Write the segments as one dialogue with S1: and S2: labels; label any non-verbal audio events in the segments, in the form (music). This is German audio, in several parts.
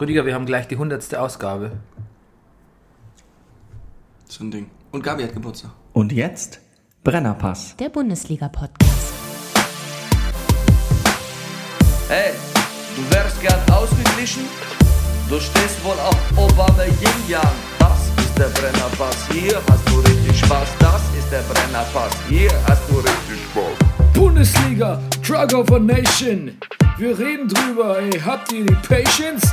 S1: Rüdiger, wir haben gleich die hundertste Ausgabe.
S2: So ein Ding. Und Gabi hat Geburtstag.
S3: Und jetzt Brennerpass.
S4: Der Bundesliga-Podcast.
S5: Hey, du wärst gern ausgeglichen? Du stehst wohl auf Obama Yin Yang. Das ist der Brennerpass. Hier hast du richtig Spaß. Das ist der Brennerpass. Hier hast du richtig Spaß.
S6: Bundesliga, Drug of a Nation. Wir reden drüber, ey, habt ihr die Patience?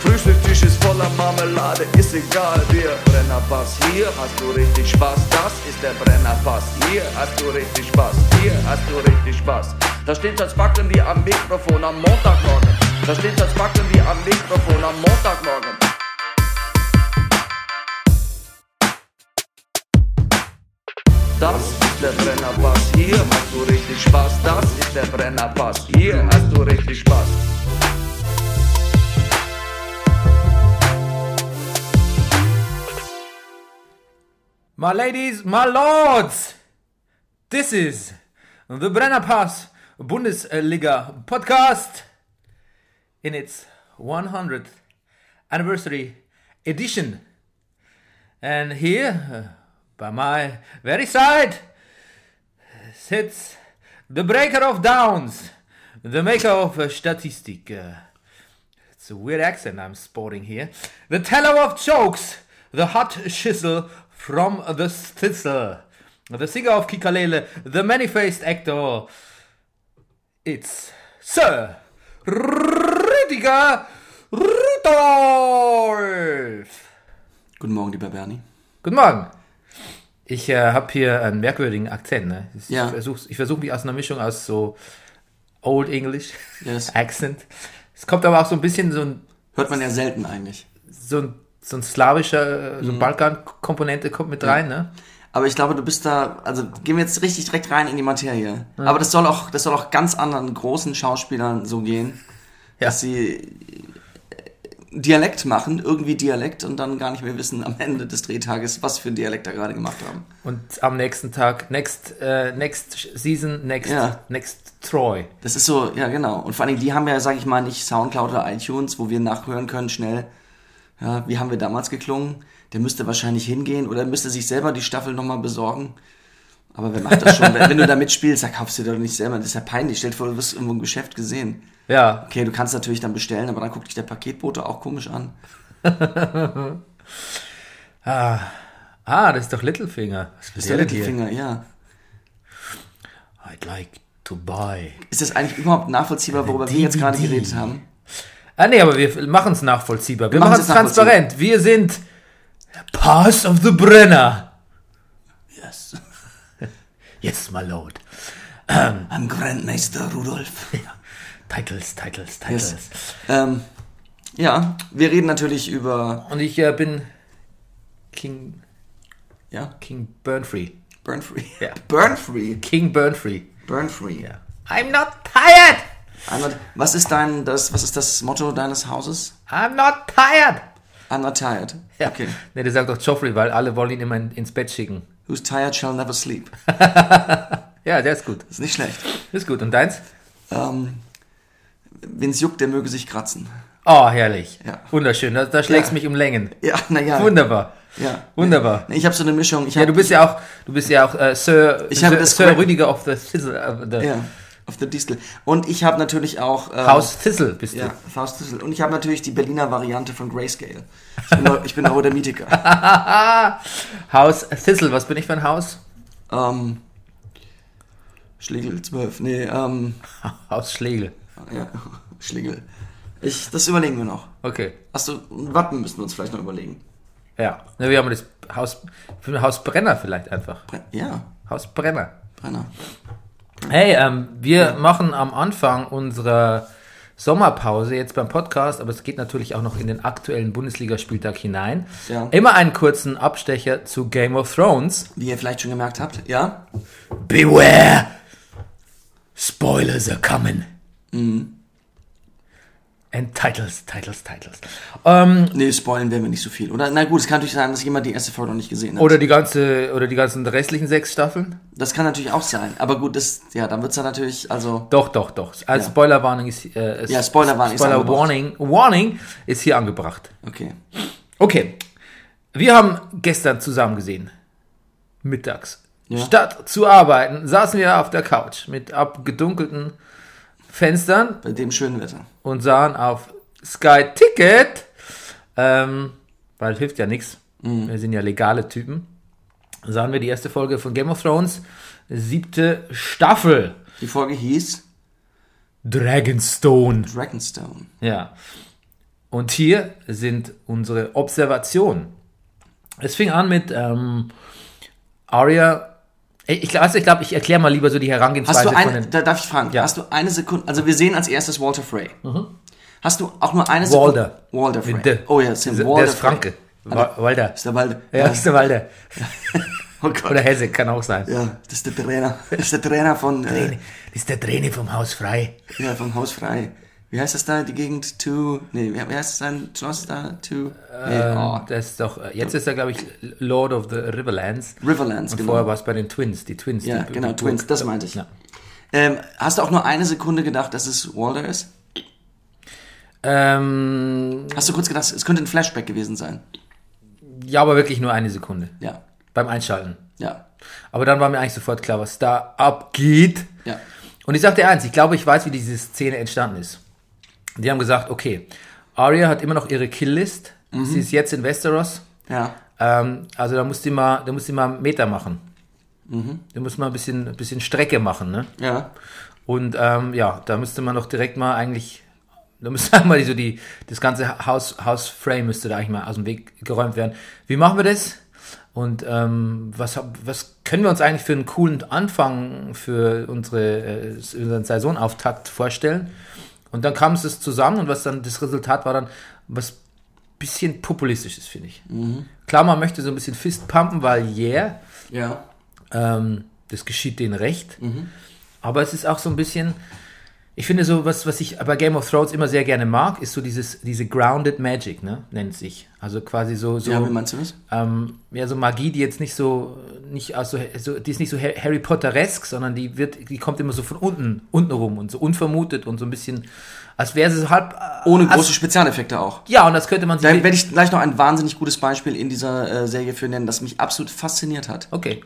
S5: Frühstückstisch ist voller Marmelade, ist egal, wir Brennerpass, hier hast du richtig Spaß, das ist der Brennerpass, hier hast du richtig Spaß, hier hast du richtig Spaß. Da steht das Backen wie am Mikrofon am Montagmorgen, da steht das Backen wie am Mikrofon am Montagmorgen. Das ist der Brennerpass, hier hast du richtig Spaß. Das ist der Brennerpass, hier hast du richtig Spaß.
S1: My ladies, my lords, this is the Brennerpass Bundesliga podcast in its 100th anniversary edition. And here, uh, by my very side, sits the breaker of downs, the maker of uh, statistic. uh, it's a weird accent I'm sporting here. The teller of jokes, the hot shizzle from the stitzel, the singer of Kikalele, the many faced actor. It's Sir Rüdiger Rudolf.
S2: Guten Morgen, lieber Bernie.
S1: Guten Morgen. Ich äh, habe hier einen merkwürdigen Akzent. Ne? Ich
S2: Ja.
S1: versuche ich versuch mich aus einer Mischung aus so Old English
S2: Yes.
S1: (laughs) Accent. Es kommt aber auch so ein bisschen so ein
S2: Hört man ja selten eigentlich.
S1: so ein, so ein slawischer,
S2: Mhm.
S1: äh, so ein Balkan-Komponente kommt mit rein, ne?
S2: Aber ich glaube, du bist da, also gehen wir jetzt richtig direkt rein in die Materie. Aber das soll auch, das soll auch ganz anderen großen Schauspielern so gehen,
S1: Ja.
S2: dass sie äh, Dialekt machen, irgendwie Dialekt und dann gar nicht mehr wissen am Ende des Drehtages, was für einen Dialekt da gerade gemacht haben.
S1: Und am nächsten Tag, next, äh, next season, next,
S2: Ja.
S1: next Troy.
S2: Das ist so, ja genau. Und vor allen Dingen, die haben ja, sag ich mal, nicht Soundcloud oder iTunes, wo wir nachhören können schnell, ja, wie haben wir damals geklungen. Der müsste wahrscheinlich hingehen oder müsste sich selber die Staffel nochmal besorgen. Aber wer macht das schon? wenn, wenn du da mitspielst, da kaufst du dir doch nicht selber. Das ist ja peinlich. Stell dir vor, du wirst irgendwo im Geschäft gesehen.
S1: Ja,
S2: Okay, du kannst natürlich dann bestellen, aber dann guckt dich der Paketbote auch komisch an.
S1: ah, das ist doch Littlefinger. Was
S2: Ist der
S1: denn hier?
S2: Mittelfinger, ja.
S1: I'd like to buy.
S2: Ist das eigentlich überhaupt nachvollziehbar, worüber wir jetzt gerade geredet haben?
S1: Ah, nee, aber wir machen es nachvollziehbar. Wir
S2: Machen's
S1: machen es
S2: nachvollziehbar.
S1: transparent. Wir sind Pass of the Brenner.
S2: Yes.
S1: (laughs) Yes, my lord.
S2: Am Grandmeister Rudolf.
S1: Titles, Titles, Titles.
S2: Ähm, ja, wir reden natürlich über,
S1: Und ich äh, bin King,
S2: ja,
S1: King Burnfree.
S2: Burn Free.
S1: Ja.
S2: (laughs) Burn Free.
S1: King Burnfree.
S2: Burn Free.
S1: Ja. I'm not tired.
S2: Einmal- Was ist dein, das, was ist das Motto deines Hauses?
S1: I'm not tired.
S2: I'm not tired.
S1: Ja.
S2: Okay.
S1: Nee, der sagt doch Joffrey, weil alle wollen ihn immer in, ins Bett schicken.
S2: Who's tired shall never sleep.
S1: Ja, der ist gut.
S2: Ist nicht schlecht.
S1: Ist gut. Und deins?
S2: Ähm, Wenn's juckt, der möge sich kratzen.
S1: Oh, herrlich.
S2: Ja.
S1: Wunderschön. Da, da schlägst
S2: Ja.
S1: mich um Längen.
S2: Ja, (laughs) naja.
S1: Wunderbar.
S2: Ja.
S1: Wunderbar.
S2: Ich habe so eine Mischung. Ich
S1: Ja,
S2: hab,
S1: du bist ja auch, du bist ja auch äh, Sir,
S2: Ich
S1: Sir,
S2: habe das
S1: Sir
S2: Grand-
S1: Rüdiger of the Thistle, äh, the
S2: Ja, auf der Distel. Und ich habe natürlich auch. Äh,
S1: House Thistle bist
S2: Ja, Faust Distel. Und ich habe natürlich die Berliner Variante von Grayscale. Ich bin, Neu- ich bin Neurodermitiker. (laughs)
S1: du. House Thistle, was bin ich für ein Haus?
S2: ähm, Schlegel 12. Nee, ähm,
S1: Haus Schlegel.
S2: ja, Schlegel. Ich, das überlegen wir noch.
S1: Okay.
S2: Achso, ein Wappen müssen wir uns vielleicht noch überlegen.
S1: Ja. Na, wir haben das Haus, Haus Brenner vielleicht einfach.
S2: Bre- Ja,
S1: Haus Brenner.
S2: Brenner.
S1: Hey, ähm, wir machen am Anfang unserer Sommerpause jetzt beim Podcast, aber es geht natürlich auch noch in den aktuellen Bundesligaspieltag hinein.
S2: Ja.
S1: Immer einen kurzen Abstecher zu Game of Thrones.
S2: Wie ihr vielleicht schon gemerkt habt, ja?
S1: Beware! Spoilers are coming.
S2: Mhm.
S1: And titles, titles, titles. Ähm,
S2: Nee, spoilen werden wir nicht so viel. Oder, na gut, es kann natürlich sein, dass jemand die erste Folge noch nicht gesehen hat.
S1: oder die ganze, oder die ganzen restlichen sechs Staffeln?
S2: Das kann natürlich auch sein. Aber gut, das, ja, dann wird's dann natürlich, also,
S1: Doch, doch, doch. Als
S2: Ja.
S1: Spoilerwarnung ist, äh, es-
S2: Ja, Spoilerwarnung ist
S1: Spoiler
S2: angebracht.
S1: Warning, Warning ist hier angebracht.
S2: okay.
S1: Okay. Wir haben gestern zusammen gesehen. Mittags.
S2: Ja.
S1: Statt zu arbeiten, saßen wir auf der Couch mit abgedunkelten Fenstern
S2: Bei dem schönen Wetter.
S1: und sahen auf Sky Ticket, ähm, weil es hilft ja nichts. Wir sind ja legale Typen. Sahen wir die erste Folge von Game of Thrones, siebte Staffel.
S2: Die Folge hieß
S1: Dragonstone.
S2: Dragonstone.
S1: Ja. Und hier sind unsere Observationen. Es fing an mit ähm, Aria. Ich glaube, also ich, glaub, ich erkläre mal lieber so die Herangehensweise
S2: Hast du
S1: von
S2: eine,
S1: den
S2: da darf ich fragen, hast du eine Sekunde, also wir sehen als erstes Walter Frey. Hast du auch nur eine
S1: Walder.
S2: Sekunde? Walter Frey.
S1: Mit Mhm. der-
S2: oh ja, Sam
S1: Der,
S2: Walder
S1: der ist
S2: Frey.
S1: Franke. Wa- Walder.
S2: Ist der Walder.
S1: Ja, ist der Walder.
S2: (laughs) Oh Gott.
S1: Oder Hesse, kann auch sein.
S2: ja, das ist der Trainer. Das ist der Trainer von, äh,
S1: Das ist der Träne vom Haus frei.
S2: ja, vom Haus Frey. Wie heißt das da, die Gegend? To, nee, wie wie heißt das dann? Schloss da? To, nee, oh.
S1: Das ist doch, äh, jetzt ist er, glaube ich, Lord of the Riverlands.
S2: Riverlands,
S1: Und
S2: genau.
S1: vorher war es bei den Twins, die Twins.
S2: Ja,
S1: die,
S2: genau,
S1: die
S2: Twins, das meinte ich.
S1: Ja.
S2: Ähm, hast du auch nur eine Sekunde gedacht, dass es Walder ist?
S1: Ähm,
S2: Hast du kurz gedacht, es könnte ein Flashback gewesen sein?
S1: ja, aber wirklich nur eine Sekunde
S2: Ja,
S1: beim Einschalten.
S2: ja,
S1: Aber dann war mir eigentlich sofort klar, was da abgeht.
S2: ja.
S1: Und ich sag dir eins, ich glaube, ich weiß, wie diese Szene entstanden ist. Die haben gesagt, okay, Arya hat immer noch ihre Killlist. Sie ist jetzt in Westeros.
S2: Ja,
S1: Ähm, also da muss sie mal, da muss sie mal einen Meter machen. Da muss man ein bisschen, ein bisschen Strecke machen, ne?
S2: ja.
S1: Und ähm, ja, da müsste man doch direkt mal eigentlich, da müsste (laughs) einmal so die, das ganze Haus, Hausframe müsste da eigentlich mal aus dem Weg geräumt werden. Wie machen wir das? Und ähm, was, hab- was können wir uns eigentlich für einen coolen Anfang für unsere, äh, unseren Saisonauftakt vorstellen? Und dann kam es das zusammen und was dann das Resultat war dann was bisschen populistisches, finde ich.
S2: Mhm.
S1: Klar, man möchte so ein bisschen Fist pumpen, weil yeah,
S2: Ja. Mhm.
S1: ähm, das geschieht denen recht. Aber es ist auch so ein bisschen, ich finde so, was, was ich bei Game of Thrones immer sehr gerne mag, ist so dieses, diese Grounded Magic, ne, nennt sich. Also quasi so, so,
S2: Ja, wie meinst du das?
S1: ähm, ja, so Magie, die jetzt nicht so, nicht aus so, so, die ist nicht so Har- Harry Potteresk, sondern die wird, die kommt immer so von unten, unten rum und so unvermutet und so ein bisschen, als wäre sie so halb, äh,
S2: Ohne
S1: als-
S2: große Spezialeffekte auch.
S1: ja, und das könnte man sich,
S2: Da werde ich gleich noch ein wahnsinnig gutes Beispiel in dieser äh, Serie für nennen, das mich absolut fasziniert hat.
S1: Okay.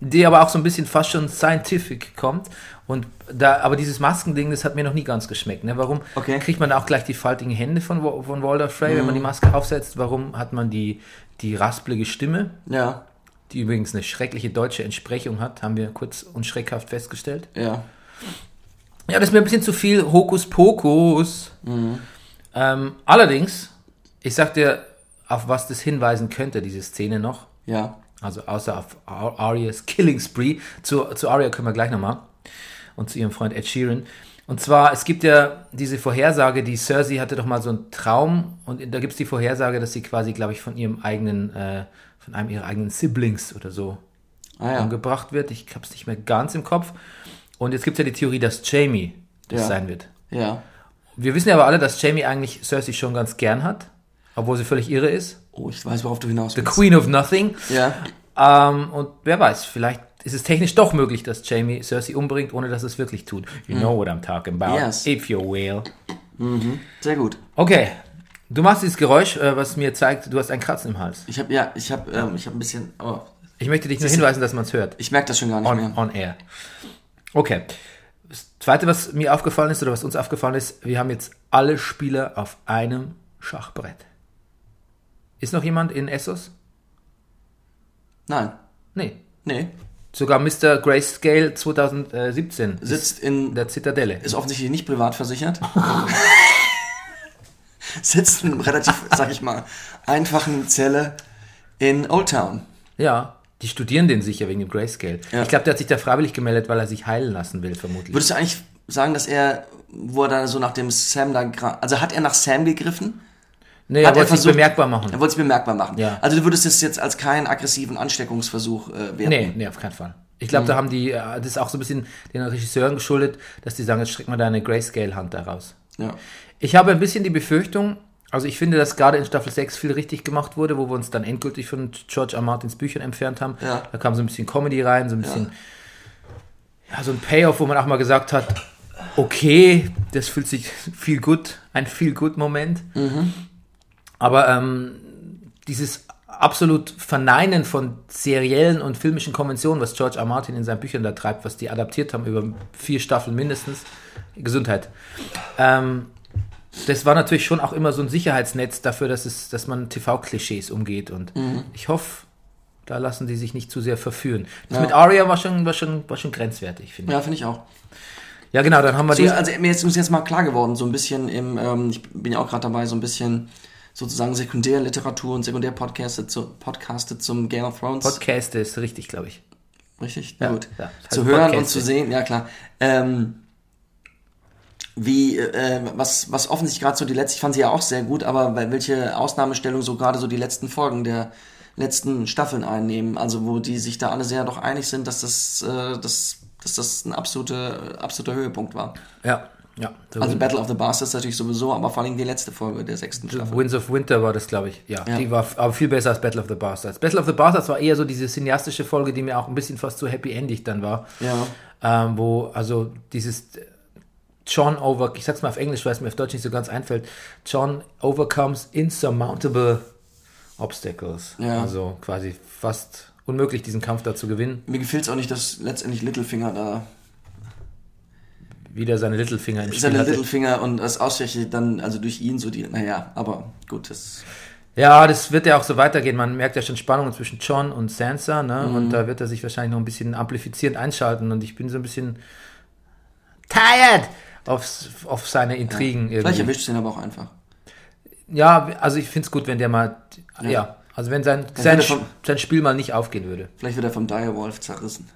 S1: Die aber auch so ein bisschen fast schon scientific kommt. Und da, aber dieses Maskending, das hat mir noch nie ganz geschmeckt. Ne? Warum
S2: Okay.
S1: kriegt man da auch gleich die faltigen Hände von, Wa- von Walter Frey, wenn man die Maske aufsetzt? Warum hat man die, die raspelige Stimme,
S2: Ja,
S1: die übrigens eine schreckliche deutsche Entsprechung hat, haben wir kurz und schreckhaft festgestellt.
S2: ja.
S1: Ja, das ist mir ein bisschen zu viel Hokuspokus. Ähm, allerdings, ich sag dir, auf was das hinweisen könnte, diese Szene noch.
S2: Ja.
S1: Also außer auf Ar- Arias Killing Spree. Zu, zu Aria können wir gleich nochmal. Und zu ihrem Freund Ed Sheeran. Und zwar, es gibt ja diese Vorhersage, die Cersei hatte doch mal so einen Traum. Und da gibt es die Vorhersage, dass sie quasi, glaube ich, von ihrem eigenen, äh, von einem ihrer eigenen Siblings oder so
S2: Ah ja.
S1: umgebracht wird. Ich habe es nicht mehr ganz im Kopf. Und jetzt gibt es ja die Theorie, dass Jamie das
S2: Ja.
S1: sein wird.
S2: Ja.
S1: Wir wissen ja aber alle, dass Jamie eigentlich Cersei schon ganz gern hat. Obwohl sie völlig irre ist.
S2: Oh, ich weiß, worauf du hinaus
S1: The
S2: willst.
S1: Queen of Nothing.
S2: Ja.
S1: Ähm, und wer weiß, vielleicht ist es technisch doch möglich, dass Jamie Cersei umbringt, ohne dass es wirklich tut. You know what I'm talking about,
S2: Yes.
S1: if you will.
S2: Sehr gut.
S1: Okay, du machst dieses Geräusch, äh, was mir zeigt, du hast ein Kratzen im Hals.
S2: Ich habe ja, ich habe, ähm, ich habe ein bisschen. Oh,
S1: Ich möchte dich nur hinweisen, dass man es hört.
S2: ich merke das schon gar nicht
S1: On,
S2: mehr.
S1: on air. Okay. Das Zweite, was mir aufgefallen ist oder was uns aufgefallen ist, wir haben jetzt alle Spieler auf einem Schachbrett. Ist noch jemand in Essos?
S2: Nein.
S1: Nee.
S2: Nee.
S1: Sogar Mr. Grayscale 2017 ist
S2: Sitzt in.
S1: in der Zitadelle.
S2: ist offensichtlich nicht privat versichert. Sitzt in einem relativ, sag ich mal, einfachen Zelle in Old Town.
S1: Ja, die studieren den sicher wegen dem Grayscale.
S2: Ja.
S1: Ich glaube, der hat sich da freiwillig gemeldet, weil er sich heilen lassen will, vermutlich.
S2: Würdest du eigentlich sagen, dass er, wo er da so nach dem Sam da, gra- also hat er nach Sam gegriffen?
S1: Nee,
S2: Hat
S1: er wollte sich
S2: versucht-
S1: bemerkbar
S2: Er
S1: machen.
S2: wollte es bemerkbar machen.
S1: Ja.
S2: Also du würdest es jetzt als keinen aggressiven Ansteckungsversuch äh, werten.
S1: Nee, nee, auf keinen Fall. Ich
S2: Mhm.
S1: glaube, da haben die, äh, das ist auch so ein bisschen den Regisseuren geschuldet, dass die sagen, jetzt streck mal deine Grayscale-Hand da raus.
S2: Ja.
S1: Ich habe ein bisschen die Befürchtung, also ich finde, dass gerade in Staffel 6 viel richtig gemacht wurde, wo wir uns dann endgültig von George R. Martins Büchern entfernt haben.
S2: Ja.
S1: Da kam so ein bisschen Comedy rein, so ein bisschen, ja. so ein Payoff, wo man auch mal gesagt hat, okay, das fühlt sich (laughs) viel gut, ein viel gut Moment. Aber ähm, dieses absolut Verneinen von seriellen und filmischen Konventionen, was George R. Martin in seinen Büchern da treibt, was die adaptiert haben über vier Staffeln mindestens, Gesundheit. Ähm, das war natürlich schon auch immer so ein Sicherheitsnetz dafür, dass, es, dass man TV-Klischees umgeht. Und
S2: Mhm.
S1: ich hoffe, da lassen die sich nicht zu sehr verführen. Das
S2: Ja.
S1: mit Aria war schon, war schon, war schon grenzwertig, finde ich.
S2: Ja, finde ich auch.
S1: Ja, genau, dann haben wir
S2: So,
S1: die.
S2: ist- also mir ist uns jetzt mal klar geworden, so ein bisschen im, ähm, ich bin ja auch gerade dabei, so ein bisschen sozusagen Sekundärliteratur und Sekundärpodcaste zu, Podcaste zum Game of Thrones.
S1: Podcast ist richtig, glaube ich.
S2: richtig?
S1: Ja,
S2: Gut.
S1: ja, ist
S2: zu
S1: halt
S2: hören und
S1: Podcaste.
S2: zu sehen, ja klar. Ähm, wie, äh, was, was offensichtlich gerade so die letzte, ich fand sie ja auch sehr gut, aber wel- welche Ausnahmestellung so gerade so die letzten Folgen der letzten Staffeln einnehmen, also wo die sich da alle sehr doch einig sind, dass das, äh, dass, dass das ein absoluter, absoluter Höhepunkt war.
S1: Ja, ja. So
S2: Also Battle of the Bastards natürlich sowieso, aber vor allem die letzte Folge der sechsten Staffel.
S1: Winds of Winter war das, glaube ich. Ja,
S2: Ja.
S1: die war f- aber viel besser als Battle of the Bastards. Battle of the Bastards war eher so diese cineastische Folge, die mir auch ein bisschen fast zu happy-endig dann war.
S2: Ja.
S1: Ähm, wo, also dieses John over, ich sag's mal auf Englisch, weil es mir auf Deutsch nicht so ganz einfällt. John overcomes insurmountable obstacles.
S2: Ja.
S1: Also quasi fast unmöglich, diesen Kampf da zu gewinnen.
S2: Mir gefiel es auch nicht, dass letztendlich Littlefinger da
S1: Wieder seine Littlefinger im Spiel
S2: seine
S1: hatte.
S2: Littlefinger und das ausgerechnet dann, also durch ihn so die, naja, aber gut, das
S1: Ja, das wird ja auch so weitergehen. Man merkt ja schon Spannungen zwischen John und Sansa, ne? Und da wird er sich wahrscheinlich noch ein bisschen amplifizierend einschalten. Und ich bin so ein bisschen tired aufs, auf seine Intrigen
S2: vielleicht
S1: irgendwie.
S2: erwischt ihn aber auch einfach.
S1: Ja, also ich find's gut, wenn der mal. Ja.
S2: Ja.
S1: Also wenn sein,
S2: wird
S1: sein,
S2: er vom-
S1: sein Spiel mal nicht aufgehen würde.
S2: Vielleicht wird er vom Direwolf zerrissen.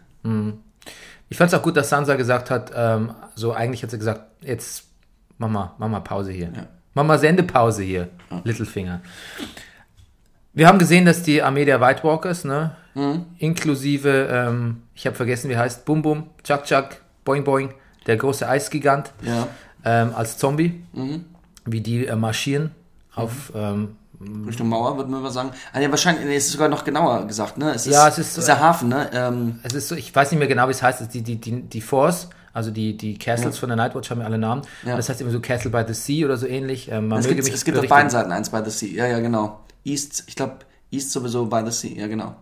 S1: Ich fand's auch gut, dass Sansa gesagt hat, ähm, so eigentlich hat sie gesagt, jetzt mach mal, mach mal Pause hier.
S2: Ja.
S1: Mach mal Sendepause hier, Littlefinger. Wir haben gesehen, dass die Armee der White Walkers, ne,
S2: Mhm.
S1: inklusive, ähm, ich habe vergessen, wie heißt, Bum Bum, Chuck Chuck, Boing Boing, der große Eisgigant
S2: Ja. Mhm.
S1: ähm, als Zombie, wie die äh, marschieren auf ähm,
S2: Richtung Mauer, würde man mal sagen. Ah, ja, wahrscheinlich, nee, es ist sogar noch genauer gesagt, ne? Es ist,
S1: Ja, es ist so-
S2: dieser Hafen, ne? Ähm,
S1: es ist so, ich weiß nicht mehr genau, wie es heißt, es ist die, die, die, die Force, also die, die Castles von der Nightwatch haben ja alle Namen.
S2: Ja.
S1: Das heißt immer so Castle by the Sea oder so ähnlich. Ähm, man
S2: es
S1: möge
S2: gibt,
S1: mich
S2: es gibt auf
S1: berichten.
S2: beiden Seiten eins by the Sea. Ja, ja, genau. East, ich glaube, East sowieso by the Sea, ja, genau.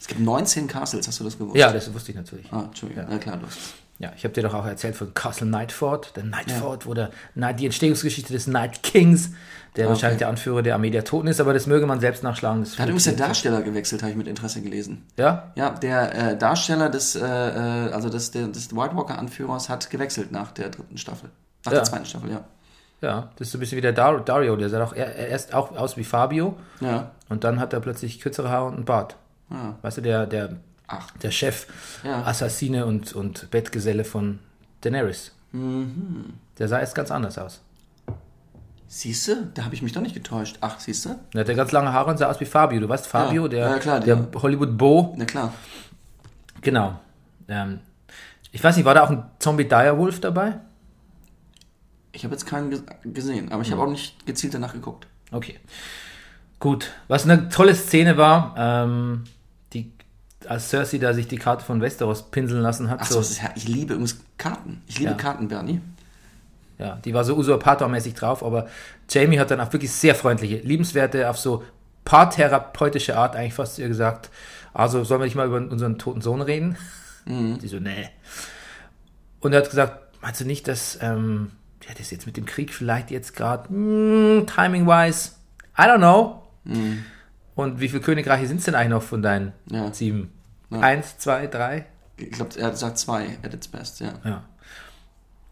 S2: Es gibt 19 Castles, hast du das gewusst?
S1: Mhm. Ja, das wusste ich natürlich.
S2: Ah, Entschuldigung. Na klar, du hast.
S1: Ja, ich habe dir doch auch erzählt von Castle Knightford, der Knightford, wo der, Knight- die Entstehungsgeschichte des Night Kings,
S2: Ah,
S1: der wahrscheinlich der Anführer der Armee der Toten ist, aber das möge man selbst nachschlagen. Das
S2: Da hat übrigens Ah, der Darsteller gewechselt, habe ich mit Interesse gelesen.
S1: ja?
S2: Ja, der äh, Darsteller des, äh, äh, also des, der, des White Walker-Anführers hat gewechselt nach der dritten Staffel. Nach
S1: Ja.
S2: der zweiten Staffel, ja.
S1: ja, das ist so ein bisschen wie der Dar Dario, der sah doch er- er- erst auch aus wie Fabio
S2: Ja.
S1: und dann hat er plötzlich kürzere Haare und einen Bart.
S2: ja.
S1: Weißt du, der, der,
S2: Ach.
S1: der Chef,
S2: Ja.
S1: Assassine und, und Bettgeselle von Daenerys.
S2: Mhm.
S1: Der sah erst ganz anders aus.
S2: Siehste? Da habe ich mich doch nicht getäuscht. Ach, siehste?
S1: Der hatte ganz lange Haare und sah aus wie Fabio. Du weißt, Fabio,
S2: Ja,
S1: der,
S2: ja, klar,
S1: der
S2: die-
S1: Hollywood-Bo.
S2: Na klar.
S1: Genau. Ähm, ich weiß nicht, war da auch ein Zombie-Direwolf dabei?
S2: Ich habe jetzt keinen ge gesehen, aber ich
S1: Hm.
S2: habe auch nicht gezielt danach geguckt.
S1: Okay. Gut. Was eine tolle Szene war, ähm, die, als Cersei da sich die Karte von Westeros pinseln lassen hat.
S2: Ach so,
S1: so,
S2: es ist, ja- ich liebe übrigens Karten. Ich liebe
S1: Ja.
S2: Karten, Bernie.
S1: ja, die war so usurpatormäßig drauf, aber Jamie hat dann auch wirklich sehr freundliche, liebenswerte, auf so paartherapeutische Art eigentlich fast zu ihr gesagt, also sollen wir nicht mal über unseren toten Sohn reden?
S2: Mhm.
S1: Die so, nee. Und er hat gesagt, meinst du nicht, dass ähm, ja, das jetzt mit dem Krieg vielleicht jetzt gerade mm, timing-wise, I don't know. Und wie viele Königreiche sind es denn eigentlich noch von deinen
S2: Mhm. Ja.
S1: sieben? Eins, zwei, drei?
S2: Ich glaube, er hat gesagt zwei, at its best, ja.
S1: Ja.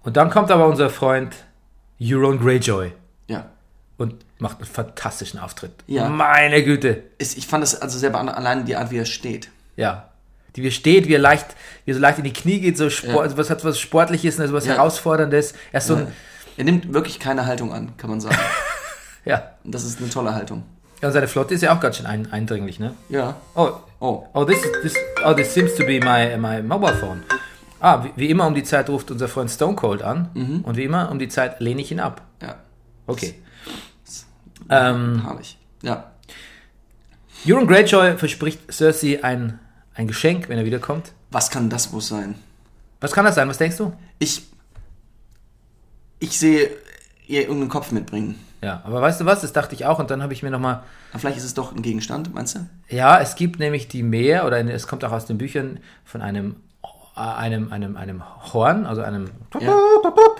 S1: Und dann kommt aber unser Freund Euron Greyjoy
S2: Ja.
S1: und macht einen fantastischen Auftritt.
S2: Ja.
S1: Meine Güte.
S2: Ist, ich fand das also selber an- allein die Art, wie er steht.
S1: Ja. die wir steht, wie er leicht, wie er so leicht in die Knie geht, so Sport, also was hat was Sportliches, also was
S2: Ja.
S1: Herausforderndes. Er ist so ein,
S2: Äh, Er nimmt wirklich keine Haltung an, kann man sagen.
S1: ja.
S2: Und das ist eine tolle Haltung.
S1: ja. Und seine Flotte ist ja auch ganz schön ein, eindringlich, ne?
S2: Ja.
S1: Oh,
S2: Oh.
S1: Oh, this, is- this, oh, this seems to be my, my mobile phone. Ah, wie, wie immer um die Zeit ruft unser Freund Stone Cold an
S2: Mhm.
S1: und wie immer um die Zeit lehne ich ihn ab.
S2: Ja.
S1: Okay. Ähm,
S2: Herrlich. Ja.
S1: Euron Greyjoy verspricht Cersei ein, ein Geschenk, wenn er wiederkommt.
S2: Was kann das wohl sein?
S1: Was kann das sein? Was denkst du?
S2: Ich. Ich sehe ihr irgendeinen Kopf mitbringen.
S1: Ja, aber weißt du was? Das dachte ich auch und dann habe ich mir nochmal.
S2: Aber vielleicht ist es doch ein Gegenstand, meinst du?
S1: Ja, es gibt nämlich die Meer oder eine- es kommt auch aus den Büchern von einem, äh, einem, einem, einem Horn, also einem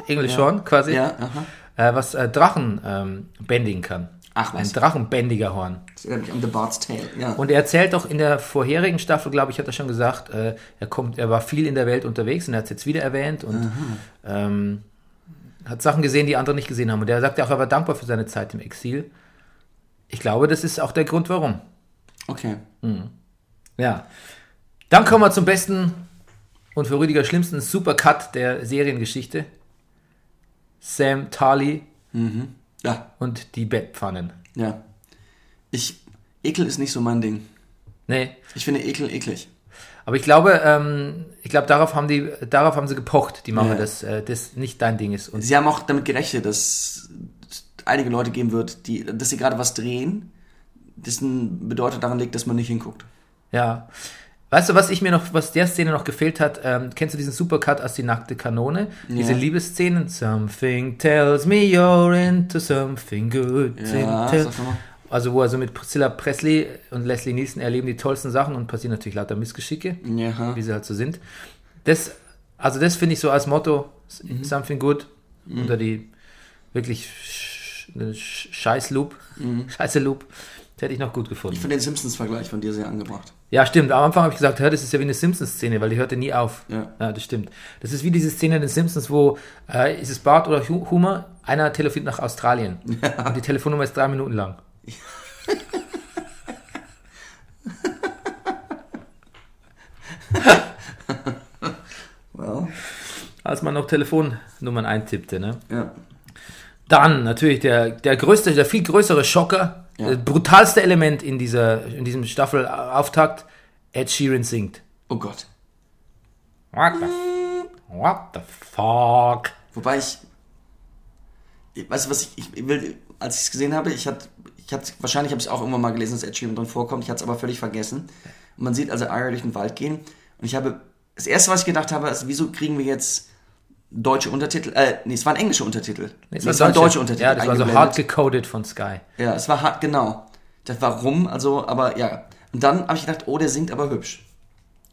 S1: English Horn quasi,
S2: Ja, aha.
S1: äh, was äh, Drachen ähm, bändigen kann.
S2: Ach
S1: Ein
S2: was.
S1: drachenbändiger Horn.
S2: Das erinnert mich an The Bard's Tale. Ja.
S1: Und er erzählt doch in der vorherigen Staffel, glaube ich, hat er schon gesagt, äh, er kommt, er war viel in der Welt unterwegs und er hat es jetzt wieder erwähnt und ähm, hat Sachen gesehen, die andere nicht gesehen haben. Und er sagt ja auch, er war dankbar für seine Zeit im Exil. Ich glaube, das ist auch der Grund, warum.
S2: okay.
S1: Ja. Dann kommen wir zum besten und für Rüdiger schlimmsten Supercut der Seriengeschichte. Sam Tarly
S2: Ja,
S1: und die Bettpfannen.
S2: ja. Ich. Ekel ist nicht so mein Ding.
S1: Nee,
S2: Ich finde Ekel eklig.
S1: Aber ich glaube, ähm, ich glaube, darauf haben die, darauf haben sie gepocht, die Mama,
S2: Ja.
S1: dass äh, das nicht dein Ding ist. Und
S2: Sie haben auch damit gerechnet, dass es einige Leute geben wird, die, dass sie gerade was drehen, dessen bedeutet daran liegt, dass man nicht hinguckt.
S1: ja. Weißt du, was ich mir noch, was der Szene noch gefehlt hat, ähm, kennst du diesen Supercut aus die nackte Kanone? Diese Liebesszenen. Something tells me you're into something good.
S2: Ja,
S1: Tell-
S2: sag doch mal.
S1: also wo also mit Priscilla Presley und Leslie Nielsen erleben die tollsten Sachen und passieren natürlich lauter Missgeschicke,
S2: Ja.
S1: wie sie halt so sind. Das, also das finde ich so als Motto, something good, unter die wirklich sch- eine sch- scheiß Loop, (laughs) scheiße Loop, das hätte ich noch gut
S2: Ich
S1: gefunden.
S2: finde den Simpsons-Vergleich von dir sehr angebracht.
S1: Ja, stimmt, am Anfang habe ich gesagt, hör, das ist ja wie eine Simpsons-Szene, weil die hörte nie auf.
S2: Ja.
S1: das stimmt. Das ist wie diese Szene in den Simpsons, wo, äh, ist es Bart oder Hu- Homer, einer telefoniert nach
S2: (laughs)
S1: Australien und die Telefonnummer ist drei Minuten lang.
S2: Well,
S1: als man noch Telefonnummern eintippte. Ne?
S2: ja.
S1: Dann natürlich der, der größte, der viel größere Schocker,
S2: Ja.
S1: das brutalste Element in, dieser, in diesem Staffelauftakt, Ed Sheeran singt.
S2: Oh Gott.
S1: What the, what the fuck?
S2: Wobei ich, ich weißt du was, ich, ich will, als ich es gesehen habe, ich hatte, ich hatte, wahrscheinlich habe ich es auch irgendwann mal gelesen, dass Ed Sheeran drin vorkommt, ich hatte es aber völlig vergessen. Und man sieht also Ira durch den Wald gehen und ich habe, das erste, was ich gedacht habe, ist, wieso kriegen wir jetzt deutsche Untertitel, äh, nee, es waren englische Untertitel. Nee, es waren deutsche Untertitel.
S1: Ja, das war so
S2: eingeblendet.
S1: hart gecodet von Sky.
S2: Ja, es war hart, genau. Das war rum, also, aber ja. Und dann habe ich gedacht, oh, der singt aber hübsch.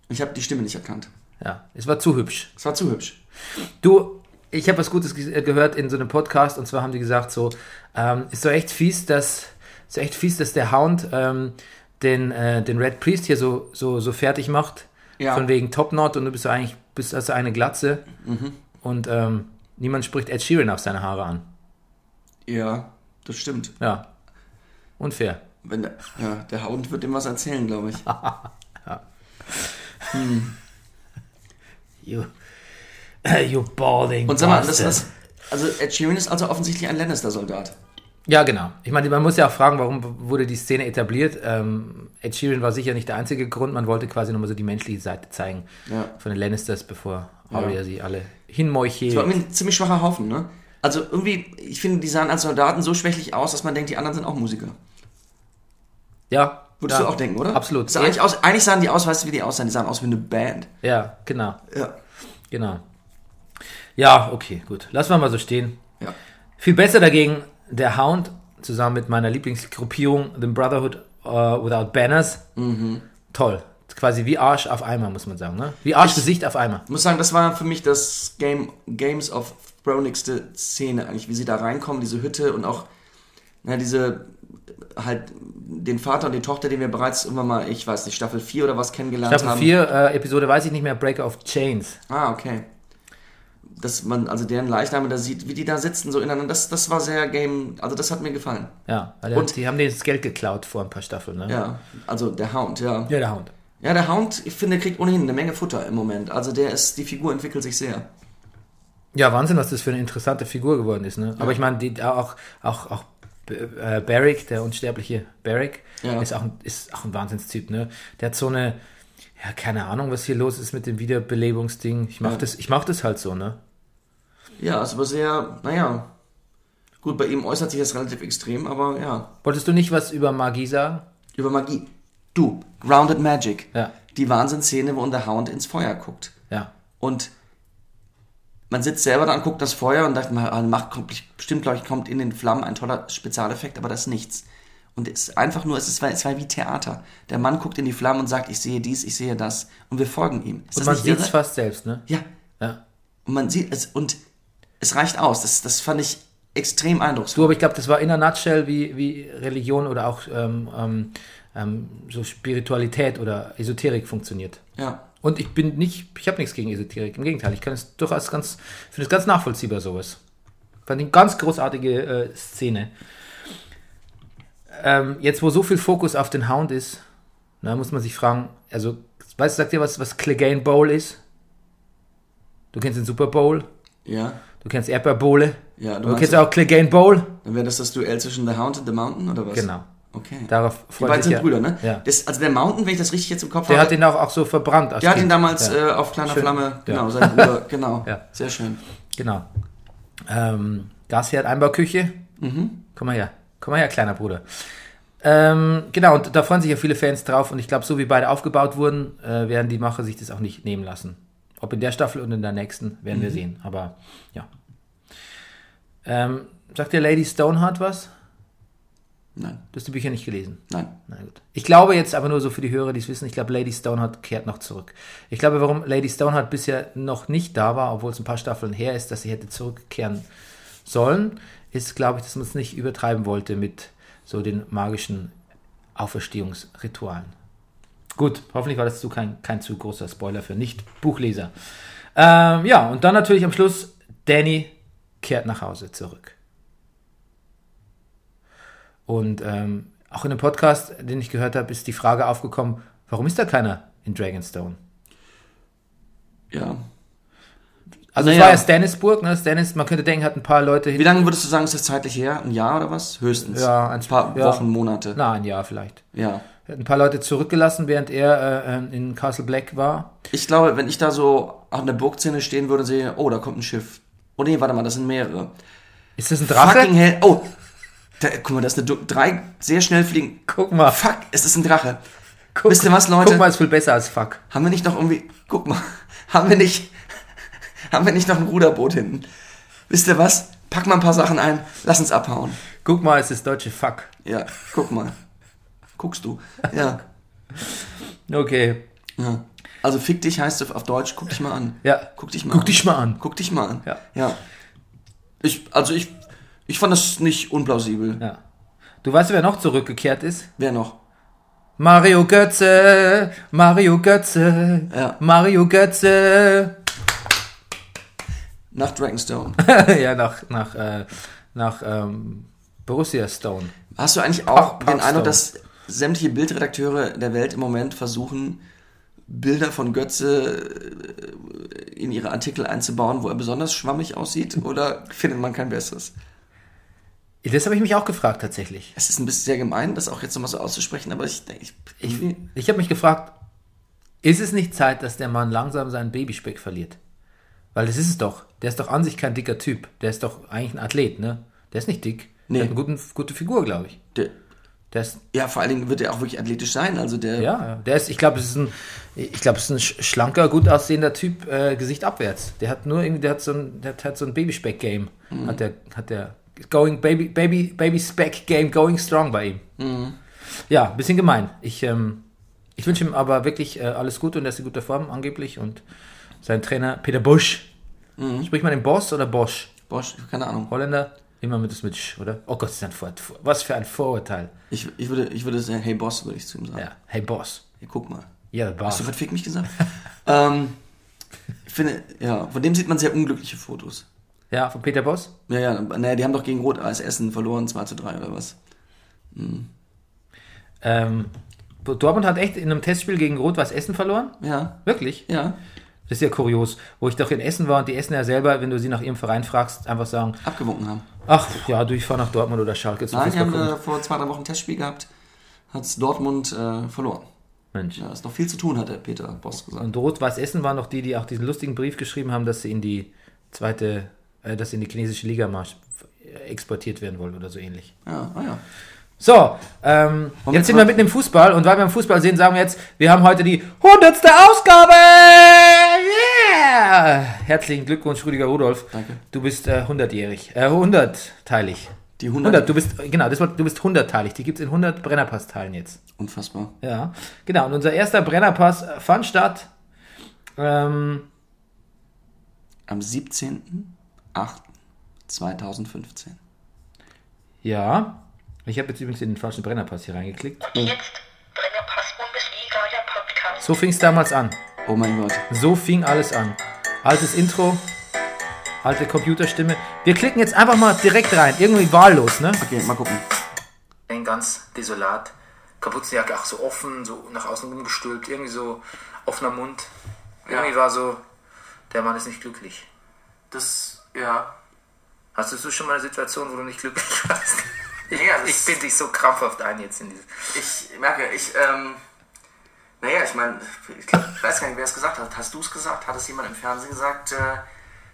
S2: Und ich habe die Stimme nicht erkannt.
S1: Ja, es war zu hübsch.
S2: Es war zu hübsch.
S1: Du, ich habe was Gutes ge- äh, gehört in so einem Podcast und zwar haben die gesagt, so ähm, ist so echt fies, dass ist so echt fies, dass der Hound ähm, den äh, den Red Priest hier so so so fertig macht
S2: Ja.
S1: von wegen Top Knot und du bist so eigentlich bist also eine Glatze und ähm, niemand spricht Ed Sheeran auf seine Haare an.
S2: Ja, das stimmt.
S1: Ja, unfair.
S2: Wenn der, ja, der Hound wird ihm was erzählen, glaube ich.
S1: You, you balding.
S2: Und sag mal, das
S1: bastard.
S2: ist. Also Ed Sheeran ist also offensichtlich ein Lannister-Soldat.
S1: Ja, genau. Ich meine, man muss ja auch fragen, warum wurde die Szene etabliert? Ähm, Ed Sheeran war sicher nicht der einzige Grund. Man wollte quasi nochmal so die menschliche Seite zeigen
S2: Ja.
S1: von den Lannisters, bevor Arya sie alle hinmeuche.
S2: War irgendwie ein ziemlich schwacher Haufen, ne? Also irgendwie, ich finde, die sahen als Soldaten so schwächlich aus, dass man denkt, die anderen sind auch Musiker.
S1: Ja.
S2: Würdest
S1: ja.
S2: du auch denken, oder?
S1: Absolut.
S2: Sah eigentlich, aus, eigentlich sahen die aus, weißt du, wie die aussahen? Die sahen aus wie eine Band.
S1: Ja, genau.
S2: Ja.
S1: Genau. Ja, okay, gut. Lassen wir mal so stehen.
S2: Ja.
S1: Viel besser dagegen der Hound zusammen mit meiner Lieblingsgruppierung, The Brotherhood äh, Without Banners.
S2: Mhm.
S1: Toll. Quasi wie Arsch auf Eimer, muss man sagen. Ne? Wie Arschgesicht auf Eimer.
S2: Ich muss sagen, das war für mich das Game, Games of Thronigste Szene eigentlich, wie sie da reinkommen, diese Hütte und auch, na, diese, halt, den Vater und die Tochter, den wir bereits irgendwann mal, ich weiß nicht, Staffel 4 oder was kennengelernt
S1: Staffel
S2: haben.
S1: 4, äh, Episode weiß ich nicht mehr, Breaker of Chains.
S2: Ah, okay. Dass man also deren Leichname da sieht, wie die da sitzen so ineinander, das, das war sehr Game, also das hat mir gefallen.
S1: Ja, weil der-
S2: Und-
S1: die haben denen das Geld geklaut vor ein paar Staffeln, ne?
S2: Ja, also der Hound, ja.
S1: Ja, der Hound.
S2: Ja, der Hound, ich finde, kriegt ohnehin eine Menge Futter im Moment. Also der ist, die Figur entwickelt sich sehr.
S1: Ja, Wahnsinn, was das für eine interessante Figur geworden ist. Ne? Aber ich meine, die- auch, auch, auch B- äh, Barrick, der unsterbliche Barrick,
S2: Ja.
S1: ist, auch ein, ist auch ein Wahnsinnstyp. Ne? Der hat so eine, ja, keine Ahnung, was hier los ist mit dem Wiederbelebungsding. Ich mach,
S2: Ja.
S1: das, ich mach das halt so, ne?
S2: Ja, ist aber sehr, naja. Gut, bei ihm äußert sich das relativ extrem, aber ja.
S1: Wolltest du nicht was über Magie sagen?
S2: Über Magie. Du, Grounded Magic.
S1: Ja.
S2: Die Wahnsinnsszene, wo der Hound ins Feuer guckt.
S1: Ja.
S2: Und man sitzt selber da und guckt das Feuer und dachte, man macht, kommt, bestimmt, glaube ich, kommt in den Flammen ein toller Spezialeffekt, aber das ist nichts. Und es ist einfach nur, es ist, es war wie Theater. Der Mann guckt in die Flammen und sagt, ich sehe dies, ich sehe das. Und wir folgen ihm.
S1: Und
S2: Ist das
S1: man
S2: nicht
S1: sieht es
S2: irre?
S1: fast selbst, ne?
S2: Ja.
S1: Ja.
S2: Und man sieht es und es reicht aus. Das, das fand ich extrem eindrucksvoll.
S1: Du, aber ich glaube, das war in der Nutshell wie, wie Religion oder auch ähm, ähm, ähm, so Spiritualität oder Esoterik funktioniert.
S2: Ja.
S1: Und ich bin nicht, ich habe nichts gegen Esoterik. Im Gegenteil, ich kann es durchaus ganz, finde es ganz nachvollziehbar, sowas. Fand ich eine ganz großartige äh, Szene. Ähm, jetzt, wo so viel Fokus auf den Hound ist, na, muss man sich fragen, also, weißt du, sagt dir was, was Clegane Bowl ist? Du kennst den Super Bowl?
S2: Ja.
S1: Du kennst Erdbeerbowle.
S2: Ja, du
S1: du
S2: meinst-
S1: kennst auch Clegane Bowl.
S2: Dann wäre das das Duell zwischen The Hound und The Mountain oder was?
S1: Genau.
S2: Okay.
S1: Darauf
S2: die
S1: freut
S2: beiden
S1: sich
S2: sind
S1: ja.
S2: Brüder, ne?
S1: Ja.
S2: Das, also der Mountain, wenn ich das richtig jetzt im Kopf
S1: Der
S2: habe,
S1: hat ihn auch, auch so verbrannt. als
S2: der hat
S1: Kind.
S2: ihn damals
S1: Ja,
S2: äh, auf kleiner
S1: Schön.
S2: Flamme, genau,
S1: Ja.
S2: sein
S1: (laughs)
S2: Bruder, genau.
S1: Ja.
S2: Sehr schön.
S1: genau. Ähm, Gasherd, Einbauküche.
S2: Mhm.
S1: Komm mal her. Komm mal her, kleiner Bruder. Ähm, genau, und da freuen sich ja viele Fans drauf. Und ich glaube, so wie beide aufgebaut wurden, äh, werden die Macher sich das auch nicht nehmen lassen. Ob in der Staffel und in der nächsten, werden
S2: Mhm.
S1: wir sehen. Aber ja. Ähm, sagt dir Lady Stoneheart was?
S2: Nein,
S1: Du hast die Bücher nicht gelesen.
S2: nein.
S1: Na gut. Ich glaube jetzt aber nur so für die Hörer, die es wissen, ich glaube, Lady Stoneheart kehrt noch zurück. Ich glaube, warum Lady Stoneheart bisher noch nicht da war, obwohl es ein paar Staffeln her ist, dass sie hätte zurückkehren sollen, ist, glaube ich, dass man es nicht übertreiben wollte mit so den magischen Auferstehungsritualen. Gut, hoffentlich war das zu kein, kein zu großer Spoiler für Nicht-Buchleser. Ähm, ja, und dann natürlich am Schluss, Danny kehrt nach Hause zurück. Und ähm, auch in einem Podcast, den ich gehört habe, ist die Frage aufgekommen, warum ist da keiner in Dragonstone?
S2: Ja.
S1: Also es
S2: Naja.
S1: war ja Stannisburg, ne? Stannis, man könnte denken, hat ein paar Leute
S2: Wie
S1: hin.
S2: lange würdest du sagen, ist das zeitlich her? Ein Jahr oder was? Höchstens.
S1: Ja,
S2: ein
S1: ein-
S2: paar
S1: ja.
S2: Wochen, Monate.
S1: Na, ein Jahr vielleicht.
S2: Ja.
S1: Hat ein paar Leute zurückgelassen, während er äh, äh, in Castle Black war.
S2: Ich glaube, wenn ich da so an der Burgszene stehen würde und sehe, oh, da kommt ein Schiff. Oh nee, warte mal, das sind mehrere.
S1: Ist das ein Drache?
S2: Fucking hell. Oh, da, guck mal, das ist eine du drei sehr schnell fliegen.
S1: (laughs) Guck mal.
S2: Fuck, es ist ein Drache.
S1: Guck,
S2: Wisst ihr was, Leute?
S1: Guck mal, ist viel besser als Fuck.
S2: Haben wir nicht noch irgendwie, guck mal, (laughs) haben wir nicht, haben wir nicht noch ein Ruderboot hinten? Wisst ihr was? Pack mal ein paar Sachen ein, lass uns abhauen.
S1: Guck mal, es ist deutsche Fuck.
S2: Ja, guck mal. Guckst du? Ja.
S1: Okay.
S2: ja. Also fick dich heißt auf auf Deutsch, guck dich mal an.
S1: Ja.
S2: Guck dich mal
S1: Guck
S2: an.
S1: dich mal an.
S2: Guck dich mal an.
S1: Ja.
S2: ja. Ich, also ich, ich fand das nicht unplausibel.
S1: Ja. Du weißt, wer noch zurückgekehrt ist?
S2: Wer noch?
S1: Mario Götze, Mario Götze,
S2: Ja.
S1: Mario Götze.
S2: Nach Dragonstone.
S1: (laughs) ja, nach, nach, äh, nach ähm, Borussia Stone.
S2: Hast du eigentlich auch
S1: Park-
S2: den
S1: Parkstone.
S2: Eindruck, dass sämtliche Bildredakteure der Welt im Moment versuchen, Bilder von Götze äh, in ihre Artikel einzubauen, wo er besonders schwammig aussieht? Oder findet man kein besseres?
S1: Das habe ich mich auch gefragt tatsächlich.
S2: Es ist ein bisschen sehr gemein, das auch jetzt nochmal so auszusprechen, aber ich denke, ich,
S1: Ich,
S2: irgendwie-
S1: ich habe mich gefragt, ist es nicht Zeit, dass der Mann langsam seinen Babyspeck verliert? Weil das ist es doch. Der ist doch an sich kein dicker Typ. Der ist doch eigentlich ein Athlet, ne? Der ist nicht dick.
S2: Nee.
S1: Der hat eine guten, gute Figur, glaube ich.
S2: der,
S1: Der ist,
S2: ja, vor allen Dingen wird er auch wirklich athletisch sein. Also der,
S1: ja, ja. der ist, ich glaube, es ist ein, ich glaube, es ist ein sch- schlanker, gut aussehender Typ, äh, Gesicht abwärts. Der hat nur irgendwie, der hat so ein, der hat, hat so ein Babyspeck-Game.
S2: Mhm.
S1: Hat der, hat der going baby, baby, baby Speck Game going strong bei ihm.
S2: Mhm.
S1: Ja, ein bisschen gemein. Ich, ähm, ich wünsche ihm aber wirklich äh, alles Gute und er ist in guter Form angeblich und sein Trainer Peter Bosch.
S2: Mhm.
S1: Spricht man den Boss oder Bosch?
S2: Bosch, keine Ahnung.
S1: Holländer? Immer mit das mit Sch, oder? Oh Gott, ist ein Vor was für ein Vorurteil.
S2: Ich, ich, würde, ich würde sagen, hey Boss, würde ich zu ihm sagen.
S1: Ja, Ah. hey Boss.
S2: Hey, guck mal.
S1: Ja, Boss.
S2: Hast du gerade Fick mich gesagt? (laughs) ähm, ich finde, ja, von dem sieht man sehr unglückliche Fotos.
S1: Ja, von Peter Boss?
S2: Ja, ja, naja, die haben doch gegen Rot als Essen verloren, 2 zu 3 oder was.
S1: Ähm, Dortmund hat echt in einem Testspiel gegen Rot-Weiß Essen verloren?
S2: Ja,
S1: Wirklich?
S2: ja,
S1: Das ist ja kurios. Wo ich doch in Essen war und die Essen ja selber, wenn du sie nach ihrem Verein fragst, einfach sagen,
S2: abgewunken haben.
S1: ach ja, du, ich fahr nach Dortmund oder Schalke zum
S2: Nein, die
S1: Fußball
S2: haben
S1: gucken.
S2: wir vor zwei, drei Wochen ein Testspiel gehabt, hat Dortmund äh, verloren.
S1: Mensch.
S2: Ja, ist noch viel zu tun, hat der Peter Boss gesagt.
S1: Und Rot-Weiß Essen waren noch die, die auch diesen lustigen Brief geschrieben haben, dass sie in die zweite, äh, dass sie in die chinesische Liga mal exportiert werden wollen oder so ähnlich.
S2: Ja, ah ja.
S1: So, ähm,
S2: Moment,
S1: jetzt sind wir
S2: was-
S1: mitten im Fußball und weil wir im Fußball sind, sagen wir jetzt, wir haben heute die 100. Ausgabe! Yeah! Herzlichen Glückwunsch, Rüdiger Rudolf.
S2: Danke.
S1: Du bist äh, 100-jährig, äh, 100-teilig.
S2: Die 100,
S1: 100, du bist, genau, das war, du bist 100-teilig. Die gibt es in 100 Brennerpass-Teilen jetzt.
S2: unfassbar.
S1: Ja, genau. Und unser erster Brennerpass äh, fand statt. Ähm,
S2: Am 17.08.2015.
S1: Ja. Ich habe jetzt übrigens in den falschen Brennerpass hier reingeklickt.
S4: Jetzt Brennerpass Bundesliga, der Podcast.
S1: So fing's damals an.
S2: Oh mein Gott.
S1: So fing alles an. Altes Intro, alte Computerstimme. Wir klicken jetzt einfach mal direkt rein. Irgendwie wahllos, ne?
S2: Okay, mal gucken.
S7: Ding ganz desolat. Kapuzenjacke auch so offen, so nach außen rumgestülpt, irgendwie so offener Mund. Irgendwie war so, der Mann ist nicht glücklich.
S8: Das, ja.
S7: Hattest du schon mal eine Situation, wo du nicht glücklich (laughs) warst?
S8: Ja, das,
S7: Ich bin dich so krampfhaft ein jetzt in dieses.
S8: ich merke, ich, ähm, naja, ich meine, ich weiß gar nicht, wer es gesagt hat. Hast du es gesagt? Hat es jemand im Fernsehen gesagt? Äh,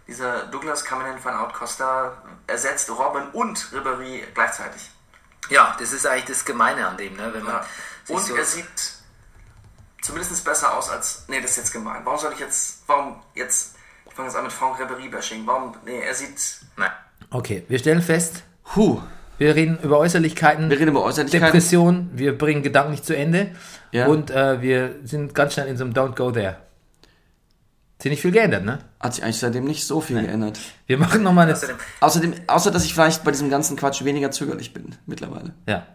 S8: dieser Douglas Cameron van Out Costa ersetzt Robin und Ribéry gleichzeitig.
S7: Ja, das ist eigentlich das Gemeine an dem, ne? Wenn man
S8: Ja.
S7: sich
S8: Und
S7: so,
S8: er sieht zumindest besser aus als, nee, das ist jetzt gemein. Warum soll ich jetzt, warum jetzt, ich fange jetzt an mit Franck Ribéry-Bashing. Warum, nee, er sieht,
S7: Nein.
S1: Okay, wir stellen fest,
S2: Huh.
S1: wir reden über Äußerlichkeiten,
S2: Wir reden über Äußerlichkeiten.
S1: Depressionen, wir bringen Gedanken nicht zu Ende
S2: Ja.
S1: und äh, wir sind ganz schnell in so einem Don't Go There. Ziemlich viel geändert, ne?
S2: Hat sich eigentlich seitdem nicht so viel geändert.
S1: Wir machen nochmal eine...
S7: Außerdem,
S2: Außerdem, außer dass ich vielleicht bei diesem ganzen Quatsch weniger zögerlich bin mittlerweile.
S1: Ja.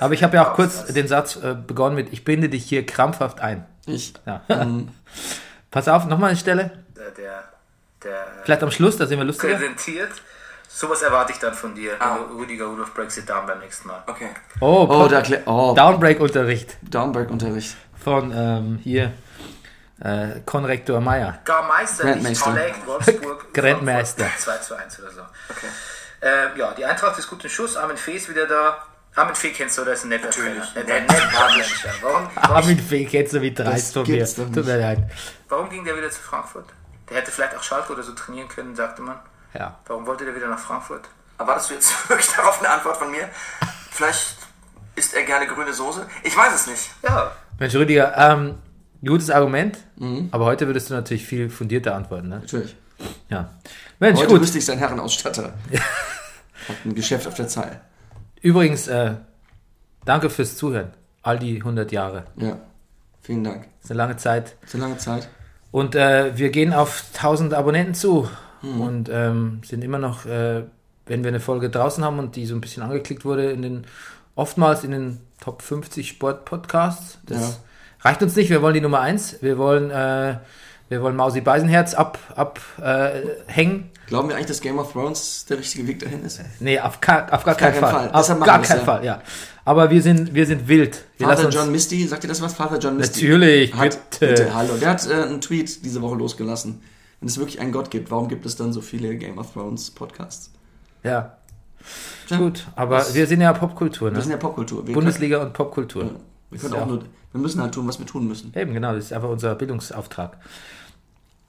S1: Aber ich habe ja auch kurz den Satz äh, begonnen mit, ich binde dich hier krampfhaft ein.
S2: Ich.
S1: Ja. (laughs) Pass auf, nochmal eine Stelle.
S7: der, der, der äh,
S1: Vielleicht am Schluss, da sind wir lustiger.
S7: präsentiert. Sowas erwarte ich dann von dir. Rü- Rüdiger Rudolf Brexit Down beim nächsten Mal.
S8: okay.
S1: Oh,
S2: Ah. Oh,
S1: Pod-
S2: da kle- oh,
S1: Downbreak-Unterricht
S2: Downberg-Unterricht.
S1: von ähm, hier äh, Konrektor Meier.
S7: Garmeister, nicht
S2: Grandmeister.
S1: (laughs)
S7: Holleck, Wolfsburg.
S1: Grandmeister.
S7: Frankfurt, 2 zu 1 oder so. Ähm, ja, die Eintracht ist gut im Schuss. Armin Fee ist wieder da. Armin Fee kennst du, der ist ein netter
S8: Natürlich.
S7: Trainer. Netter, netter Mensch. Warum, warum,
S1: Armin Fee kennst du wie dreist von mir.
S2: gibt's doch
S1: Tut
S2: nicht.
S1: mir leid.
S7: warum ging der wieder zu Frankfurt? Der hätte vielleicht auch Schalke oder so trainieren können, sagte man.
S1: Ja.
S7: Warum wollte der wieder nach Frankfurt?
S8: Erwartest du
S2: (laughs)
S8: jetzt wirklich darauf eine Antwort von mir? Vielleicht isst er gerne grüne Soße? Ich weiß es nicht.
S7: Ja,
S1: Mensch, Rüdiger, ähm, gutes Argument, aber heute würdest du natürlich viel fundierter antworten, ne?
S2: Mhm. Natürlich.
S1: Ja. Mensch,
S2: Heute
S1: gut.
S2: wüsste ich seinen Herrenausstatter. Hat ein Geschäft auf der Zeil.
S1: Übrigens, äh, danke fürs Zuhören. All die 100 Jahre.
S2: Ja. Vielen Dank.
S1: ist eine lange Zeit.
S2: So lange Zeit.
S1: Und äh, wir gehen auf 1000 Abonnenten zu
S2: Mhm.
S1: und ähm, sind immer noch, äh, wenn wir eine Folge draußen haben und die so ein bisschen angeklickt wurde, in den oftmals in den Top 50 Sport-Podcasts. Das
S2: Ja.
S1: reicht uns nicht. Wir wollen die Nummer 1. Wir wollen, äh, wir wollen Mausi Beisenherz abhängen. Ab, äh, hängen.
S2: Glauben wir eigentlich, dass Game of Thrones der richtige Weg dahin ist?
S1: nee, auf, ka- auf gar keinen
S2: keinen
S1: Fall.
S2: Fall.
S1: Auf
S2: Deshalb machen
S1: gar
S2: wir's,
S1: keinen
S2: ja.
S1: Fall, ja. Aber wir sind, wir sind wild. Wir lassen
S2: Father
S1: uns,
S2: John Misty, sagt ihr das was? Father John Misty.
S1: Natürlich,
S2: hat,
S1: bitte.
S2: bitte. hallo. Der hat äh, einen Tweet diese Woche losgelassen. Wenn es wirklich einen Gott gibt, warum gibt es dann so viele Game of Thrones Podcasts?
S1: ja,
S2: Tja,
S1: gut. Aber wir sind ja Popkultur, ne?
S2: Wir sind ja Popkultur. Wir
S1: Bundesliga und Popkultur.
S2: Können, wir, können auch nur, wir müssen halt tun, was wir tun müssen.
S1: Eben, genau, das ist einfach unser Bildungsauftrag.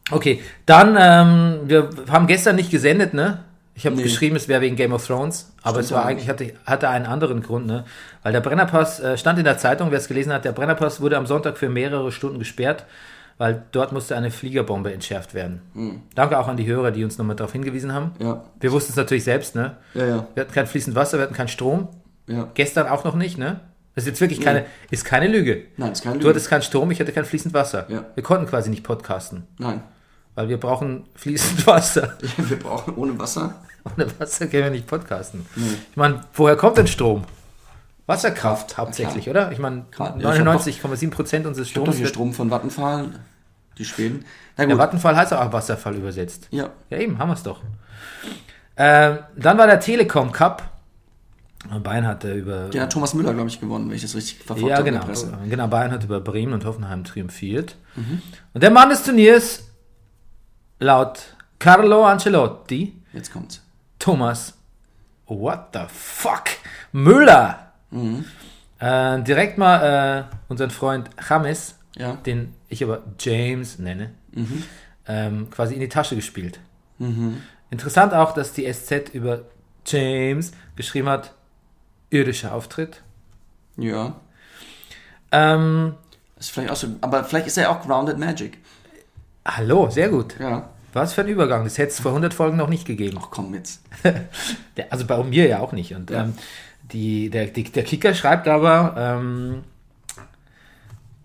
S1: Okay, dann, ähm, wir haben gestern nicht gesendet, ne? Ich habe
S2: Nee.
S1: geschrieben, es wäre wegen Game of Thrones, aber es war eigentlich, hatte, hatte einen anderen Grund, ne? Weil der Brennerpass, äh, stand in der Zeitung, wer es gelesen hat, der Brennerpass wurde am Sonntag für mehrere Stunden gesperrt, weil dort musste eine Fliegerbombe entschärft werden. Danke auch an die Hörer, die uns nochmal darauf hingewiesen haben.
S2: Hm. Ja,
S1: Wir wussten es natürlich selbst, ne?
S2: ja, ja.
S1: Wir hatten kein fließend Wasser, wir hatten keinen Strom.
S2: ja.
S1: Gestern auch noch nicht, ne? Das ist jetzt wirklich keine, ist keine Lüge.
S2: Nein, das ist keine
S1: Du
S2: Lüge.
S1: hattest keinen Strom, ich hatte kein fließend Wasser.
S2: Ja.
S1: Wir konnten quasi nicht podcasten,
S2: Nein. (laughs)
S1: weil wir brauchen fließend (laughs) Wasser.
S2: Wir brauchen ohne Wasser.
S1: Ohne Wasser können wir nicht podcasten. Ich meine, woher kommt denn Strom? Wasserkraft hauptsächlich,
S2: klar.
S1: oder? Ich meine,
S2: Klar, ja, ich hab
S1: 99,7 Prozent unseres
S2: Doch
S1: Stroms
S2: hier
S1: wird...
S2: Strom von Vattenfall, die Schweden. Na gut.
S1: Der Vattenfall heißt auch Wasserfall übersetzt.
S2: ja.
S1: Ja eben, haben wir es doch. Ähm, dann war der Telekom Cup. Bayern hat äh, über.
S2: Den hat Thomas Müller, glaube ich, gewonnen, wenn ich das richtig verfolgt
S1: Ja,
S2: habe in
S1: genau.
S2: der Presse.
S1: Genau, Bayern hat über Bremen und Hoffenheim triumphiert. Und der Mann des Turniers, laut Carlo Ancelotti,
S2: Jetzt kommt's.
S1: Thomas, what the fuck, Müller. Äh, direkt mal äh, unseren Freund James,
S2: Ja.
S1: den ich aber James nenne, ähm, quasi in die Tasche gespielt. Interessant auch, dass die SZ über James geschrieben hat, irdischer Auftritt.
S2: Ja.
S1: Ähm,
S2: Ist vielleicht auch so, aber vielleicht ist er auch Grounded Magic.
S1: hallo, sehr gut.
S2: Ja.
S1: Was für ein Übergang, das hätte es vor 100 Folgen noch nicht gegeben.
S2: Ach komm jetzt.
S1: Der, also bei mir ja auch nicht. Und ähm, die, der, die, der Kicker schreibt aber, ähm,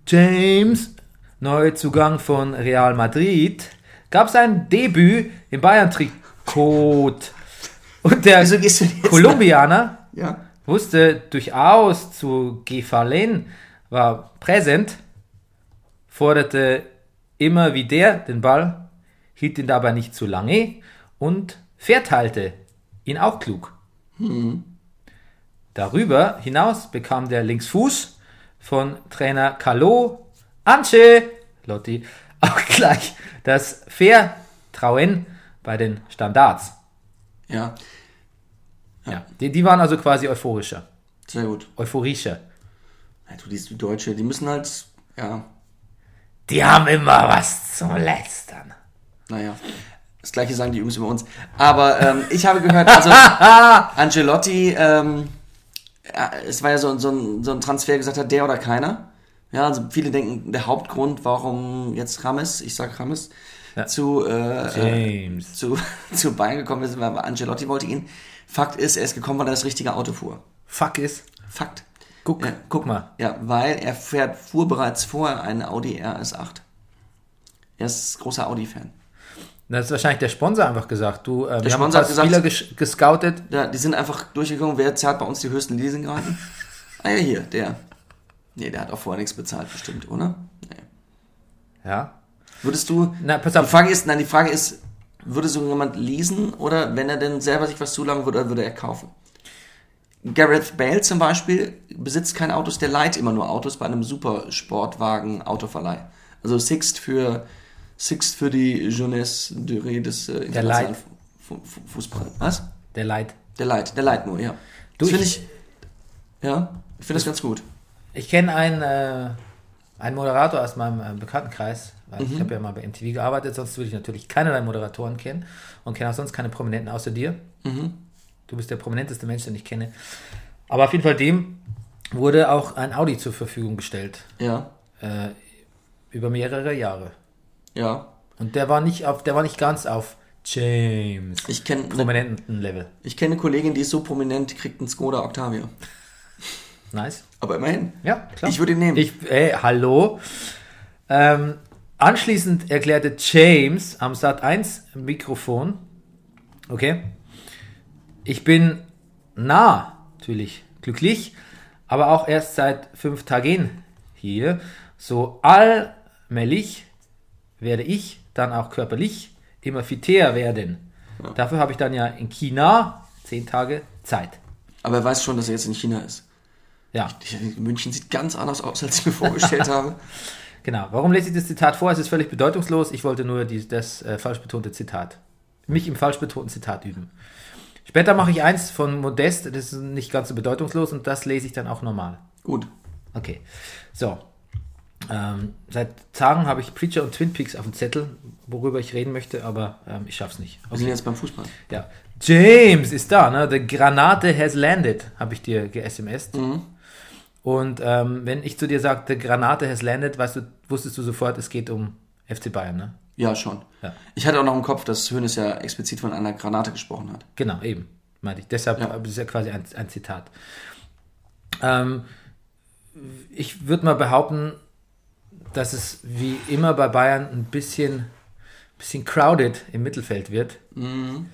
S1: James, Neuzugang von Real Madrid, gab sein Debüt im Bayern-Trikot. Und der
S2: Wieso gehst du denn jetzt-
S1: Kolumbianer
S2: Ja.
S1: wusste durchaus zu gefallen, war präsent, forderte immer wie der den Ball, hielt ihn dabei nicht zu lange und verteilte ihn auch klug.
S2: Hm.
S1: Darüber hinaus bekam der Linksfuß von Trainer Calo Anche Lotti auch (laughs) gleich das Vertrauen bei den Standards.
S2: Ja.
S1: Ja. Die, die waren also quasi euphorischer,
S2: Sehr gut.
S1: euphorischer.
S2: Ja, du, Also die Deutsche, die müssen halt, ja,
S1: Die haben immer was zum Lästern.
S2: Naja, das gleiche sagen die übrigens über uns. Aber ähm, ich habe gehört, also Angelotti, ähm, ja, es war ja so, so, ein, so ein Transfer, gesagt hat, der oder keiner. Ja, also viele denken, der Hauptgrund, warum jetzt Rames, ich sag Rames, zu, äh, äh,
S1: James.
S2: zu, (laughs) zu Bayern gekommen ist, weil Angelotti wollte ihn. Fakt ist, er ist gekommen, weil er das richtige Auto fuhr.
S1: Fuck ist.
S2: Fakt.
S1: Guck,
S2: Ja.
S1: guck mal.
S2: Ja, weil er fährt, fuhr bereits vorher einen Audi RS8. Er ist großer Audi-Fan.
S1: Das ist wahrscheinlich der Sponsor einfach gesagt. Du, äh, wir haben ein paar
S2: Sponsor hat gesagt-
S1: Spieler ges gescoutet.
S2: Ja, die sind einfach durchgegangen, wer zahlt bei uns die höchsten
S1: (laughs)
S2: Leasingraten? ah ja, hier, der. Nee, der hat auch vorher nichts bezahlt, bestimmt, oder? Nee.
S1: Ja.
S2: Würdest du.
S1: Na, pass
S2: die
S1: auf.
S2: Frage ist, nein, die Frage ist, würde so jemand leasen oder wenn er denn selber sich was zulangen würde, würde er kaufen? Gareth Bale zum Beispiel besitzt keine Autos, der leiht immer nur Autos bei einem Supersportwagen-Autoverleih. Also Sixt für Sixt für die Jeunesse durée des äh, internationalen
S1: leiht.
S2: Fu- Fu- Fußball. Was?
S1: Der Leid.
S2: Der Leid, der Leid nur, ja.
S1: Du,
S2: das finde
S1: ich-
S2: ich, ja, ich finde das ganz gut.
S1: Ich kenne einen, äh, einen Moderator aus meinem äh, Bekanntenkreis. Weil
S2: Mhm.
S1: Ich habe ja mal bei MTV gearbeitet, sonst würde ich natürlich keinerlei Moderatoren kennen und kenne auch sonst keine Prominenten außer dir.
S2: Mhm.
S1: Du bist der prominenteste Mensch, den ich kenne. Aber auf jeden Fall dem wurde auch ein Audi zur Verfügung gestellt.
S2: Ja,
S1: Äh, über mehrere Jahre.
S2: ja.
S1: Und der war nicht auf, der war nicht ganz auf James
S2: Ich kenne ne,
S1: prominenten Level.
S2: ich kenn eine Kollegin, die ist so prominent, die kriegt einen Skoda Octavia.
S1: Nice.
S2: Aber immerhin.
S1: Ja, klar.
S2: Ich würde ihn nehmen.
S1: Ich, ey, hallo. Ähm, anschließend erklärte James am Sat 1 Mikrofon. Okay. Ich bin na, natürlich glücklich, aber auch erst seit fünf Tagen hier. So allmählich werde ich dann auch körperlich immer fitter werden. Dafür habe ich dann ja in China zehn Tage Zeit.
S2: Aber er weiß schon, dass er jetzt in China ist.
S1: Ja.
S2: Ich, München sieht ganz anders aus, als ich
S1: (laughs)
S2: mir vorgestellt habe.
S1: Genau. Warum lese ich das Zitat vor? Es ist völlig bedeutungslos. Ich wollte nur die, das äh, falsch betonte Zitat. Mich im falsch betonten Zitat üben. Später mache ich eins von Modest, das ist nicht ganz so bedeutungslos und das lese ich dann auch normal.
S2: Gut.
S1: Okay. So. Ähm, seit Tagen habe ich Preacher und Twin Peaks auf dem Zettel, worüber ich reden möchte, aber ähm, ich schaff's nicht.
S2: Wir sind jetzt beim Fußball.
S1: Ja. James ist da, ne? The Granate has landed, habe ich dir ge-SMSt. Und ähm, wenn ich zu dir sagte, Granate has landed, weißt du, wusstest du sofort, es geht um FC Bayern, ne?
S2: Ja, schon.
S1: Ja.
S2: Ich hatte auch noch im Kopf, dass Hönes ja explizit von einer Granate gesprochen hat.
S1: Genau, eben. Meinte ich. Deshalb
S2: Ja.
S1: das ist ja quasi ein, ein Zitat. Ähm, ich würde mal behaupten, dass es wie immer bei Bayern ein bisschen, bisschen crowded im Mittelfeld wird.
S2: Mhm.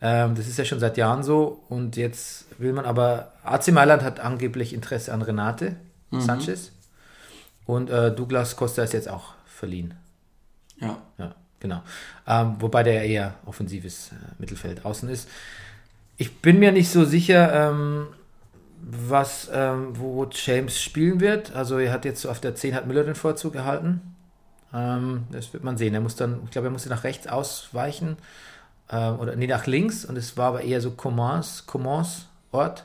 S1: Ähm, das ist ja schon seit Jahren so. Und jetzt will man aber. AC Mailand hat angeblich Interesse an Renate
S2: Mhm.
S1: Sanchez. Und äh, Douglas Costa ist jetzt auch verliehen.
S2: Ja.
S1: Ja, genau. Ähm, wobei der eher offensives äh, Mittelfeld außen ist. Ich bin mir nicht so sicher, ähm, was, ähm, wo James spielen wird. Also er hat jetzt auf der 10 hat Müller den Vorzug erhalten. Ähm, das wird man sehen. Er muss dann, ich glaube, er musste nach rechts ausweichen. Ähm, oder nee, nach links. Und es war aber eher so Commons, Commons Ort.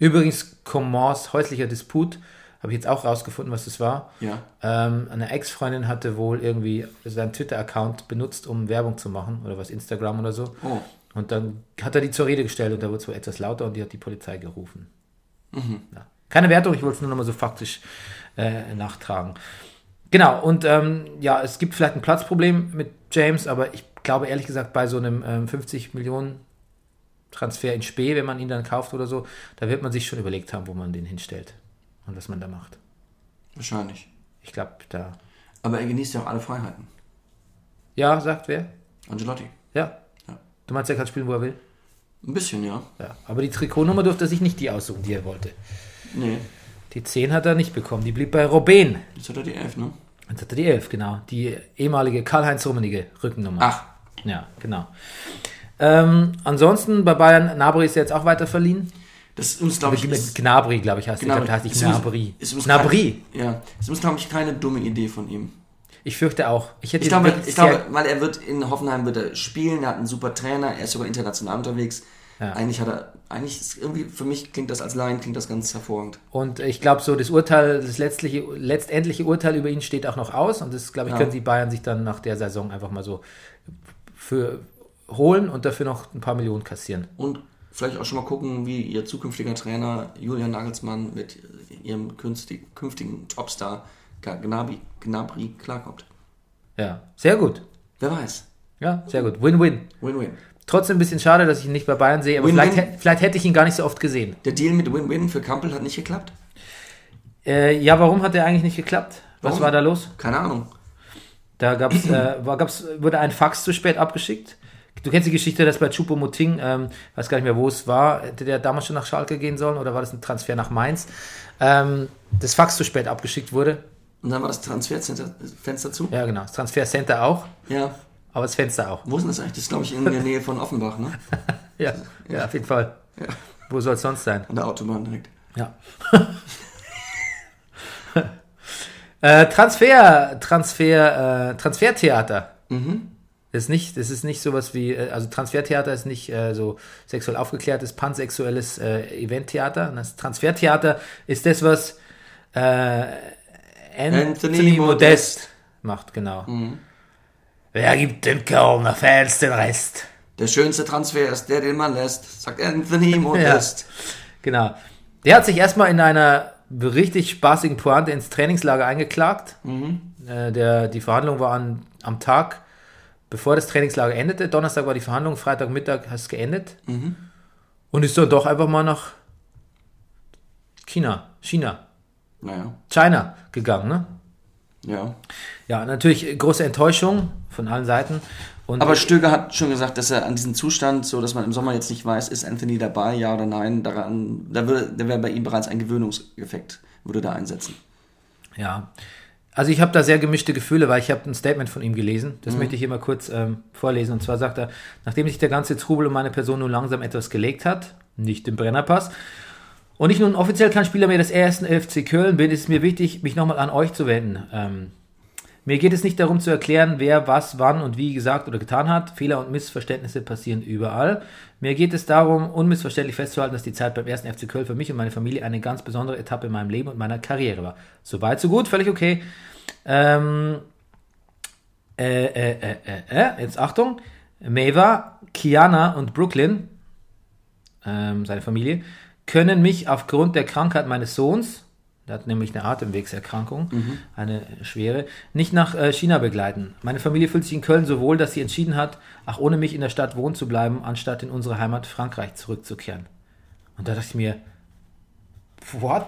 S1: Übrigens Commons, häuslicher Disput. Habe ich jetzt auch rausgefunden, was das war.
S2: Ja.
S1: Ähm, eine Ex-Freundin hatte wohl irgendwie seinen Twitter-Account benutzt, um Werbung zu machen oder was, Instagram oder so.
S2: Oh.
S1: Und dann hat er die zur Rede gestellt und da wurde es wohl etwas lauter und die hat die Polizei gerufen. Ja. Keine Wertung, ich wollte es nur nochmal so faktisch äh, nachtragen. Genau, und ähm, ja, es gibt vielleicht ein Platzproblem mit James, aber ich glaube ehrlich gesagt, bei so einem ähm, 50 Millionen Transfer in Spee, wenn man ihn dann kauft oder so, da wird man sich schon überlegt haben, wo man den hinstellt und was man da macht.
S2: Wahrscheinlich.
S1: Ich glaube, da.
S2: Aber er genießt ja auch alle Freiheiten.
S1: Ja, sagt wer?
S2: Angelotti.
S1: Ja.
S2: Ja.
S1: Du meinst, er kann spielen, wo er will?
S2: Ein bisschen, ja.
S1: Ja. Aber die Trikotnummer durfte er sich nicht die aussuchen, die er wollte.
S2: Nee,
S1: Die 10 hat er nicht bekommen, die blieb bei Robben.
S2: jetzt hat er die Elf, ne?
S1: Jetzt hat er die 11, genau. Die ehemalige Karl-Heinz Rummenigge Rückennummer.
S2: Ach,
S1: Ja, genau. Ähm, ansonsten bei Bayern, Nabri ist ja jetzt auch weiter verliehen.
S2: das ist uns, glaube ich,
S1: Mit
S2: ist,
S1: Gnabry, glaube ich, heißt genau,
S2: genau,
S1: ich glaub, heißt
S2: ist
S1: ich
S2: uns-
S1: Gnabry.
S2: ist uns
S1: Gnabry.
S2: kein- Ja, es ist, glaube ich, keine dumme Idee von ihm.
S1: Ich fürchte auch. Ich hätte
S2: Ich glaube,
S1: wirklich
S2: ich
S1: sehr-
S2: glaube, weil er wird in Hoffenheim wird er spielen, er hat einen super Trainer, er ist sogar international unterwegs. Eigentlich hat er, eigentlich ist irgendwie, für mich klingt das als Laien, klingt das ganz hervorragend.
S1: Und ich glaube, so das Urteil, das letztliche, letztendliche Urteil über ihn steht auch noch aus. Und das, glaube ich,
S2: Ja.
S1: können die Bayern sich dann nach der Saison einfach mal so für holen und dafür noch ein paar Millionen kassieren.
S2: Und vielleicht auch schon mal gucken, wie ihr zukünftiger Trainer Julian Nagelsmann mit äh, ihrem künftig, künftigen Topstar Gnabry, Gnabry klarkommt.
S1: Ja, sehr gut.
S2: Wer weiß.
S1: Ja, sehr gut. Win-win.
S2: Win-win.
S1: Trotzdem ein bisschen schade, dass ich ihn nicht bei Bayern sehe, aber
S2: Win-win.
S1: vielleicht, hä- vielleicht hätte ich ihn gar nicht so oft gesehen.
S2: Der Deal mit Win-Win für Kampel hat nicht geklappt?
S1: Äh, ja, warum hat er eigentlich nicht geklappt? Was
S2: Warum?
S1: war da los?
S2: Keine Ahnung.
S1: Da gab's, äh, war, gab's, wurde ein Fax zu spät abgeschickt. Du kennst die Geschichte, dass bei Chupo Moting, ähm, weiß gar nicht mehr, wo es war, hätte der damals schon nach Schalke gehen sollen oder war das ein Transfer nach Mainz? Ähm, das Fax zu spät abgeschickt wurde.
S2: Und dann war das Transferfenster Fenster zu?
S1: Ja, genau. Das Transfercenter auch,
S2: Ja.
S1: aber das Fenster auch.
S2: Wo ist denn das eigentlich? Das ist, glaube ich, in der Nähe von Offenbach, ne?
S1: Ja, ja auf jeden Fall. Wo soll es sonst sein?
S2: An der Autobahn direkt.
S1: Ja. (laughs) äh, Transfer, Transfer, äh, Transfertheater. Das ist nicht, das ist nicht sowas wie, äh, also Transfertheater ist nicht äh, so sexuell aufgeklärtes, pansexuelles äh, Eventtheater. Und Das Transfertheater ist das, was äh, Anthony,
S2: Anthony
S1: Modest,
S2: Modest
S1: macht, genau. Wer gibt den Kölner Fans den Rest?
S2: Der schönste Transfer ist der, den man lässt, sagt Anthony Modest.
S1: Genau. Der hat sich erstmal in einer richtig spaßigen Pointe ins Trainingslager eingeklagt. Äh, der, die Verhandlung war an, am Tag, bevor das Trainingslager endete. Donnerstag war die Verhandlung, Freitagmittag hat es geendet. Und ist dann doch einfach mal nach China, China,
S2: Naja,
S1: China gegangen. Ne?
S2: ja.
S1: Ja, natürlich äh, große Enttäuschung von allen Seiten. Und
S2: Aber Stöger hat schon gesagt, dass er an diesem Zustand, so dass man im Sommer jetzt nicht weiß, ist Anthony dabei, ja oder nein, daran, da, würde, da wäre bei ihm bereits ein Gewöhnungseffekt, würde da einsetzen.
S1: Ja. Also ich habe da sehr gemischte Gefühle, weil ich habe ein Statement von ihm gelesen. Das möchte ich hier mal kurz ähm, vorlesen. Und zwar sagt er, nachdem sich der ganze Trubel um meine Person nun langsam etwas gelegt hat, nicht im Brennerpass, und ich nun offiziell kein Spieler mehr des ersten FC Köln bin, ist es mir wichtig, mich nochmal an euch zu wenden. Ähm, mir geht es nicht darum zu erklären, wer was, wann und wie gesagt oder getan hat. Fehler und Missverständnisse passieren überall. Mir geht es darum, unmissverständlich festzuhalten, dass die Zeit beim ersten FC Köln für mich und meine Familie eine ganz besondere Etappe in meinem Leben und meiner Karriere war. Soweit, so gut, völlig okay. Ähm, äh, äh, äh, äh, äh, jetzt Achtung. Meva, Kiana und Brooklyn, ähm, seine Familie, können mich aufgrund der Krankheit meines Sohns, der hat nämlich eine Atemwegserkrankung, eine schwere, nicht nach äh, China begleiten. Meine Familie fühlt sich in Köln so wohl, dass sie entschieden hat, auch ohne mich in der Stadt wohnen zu bleiben, anstatt in unsere Heimat Frankreich zurückzukehren. Und da dachte ich mir, what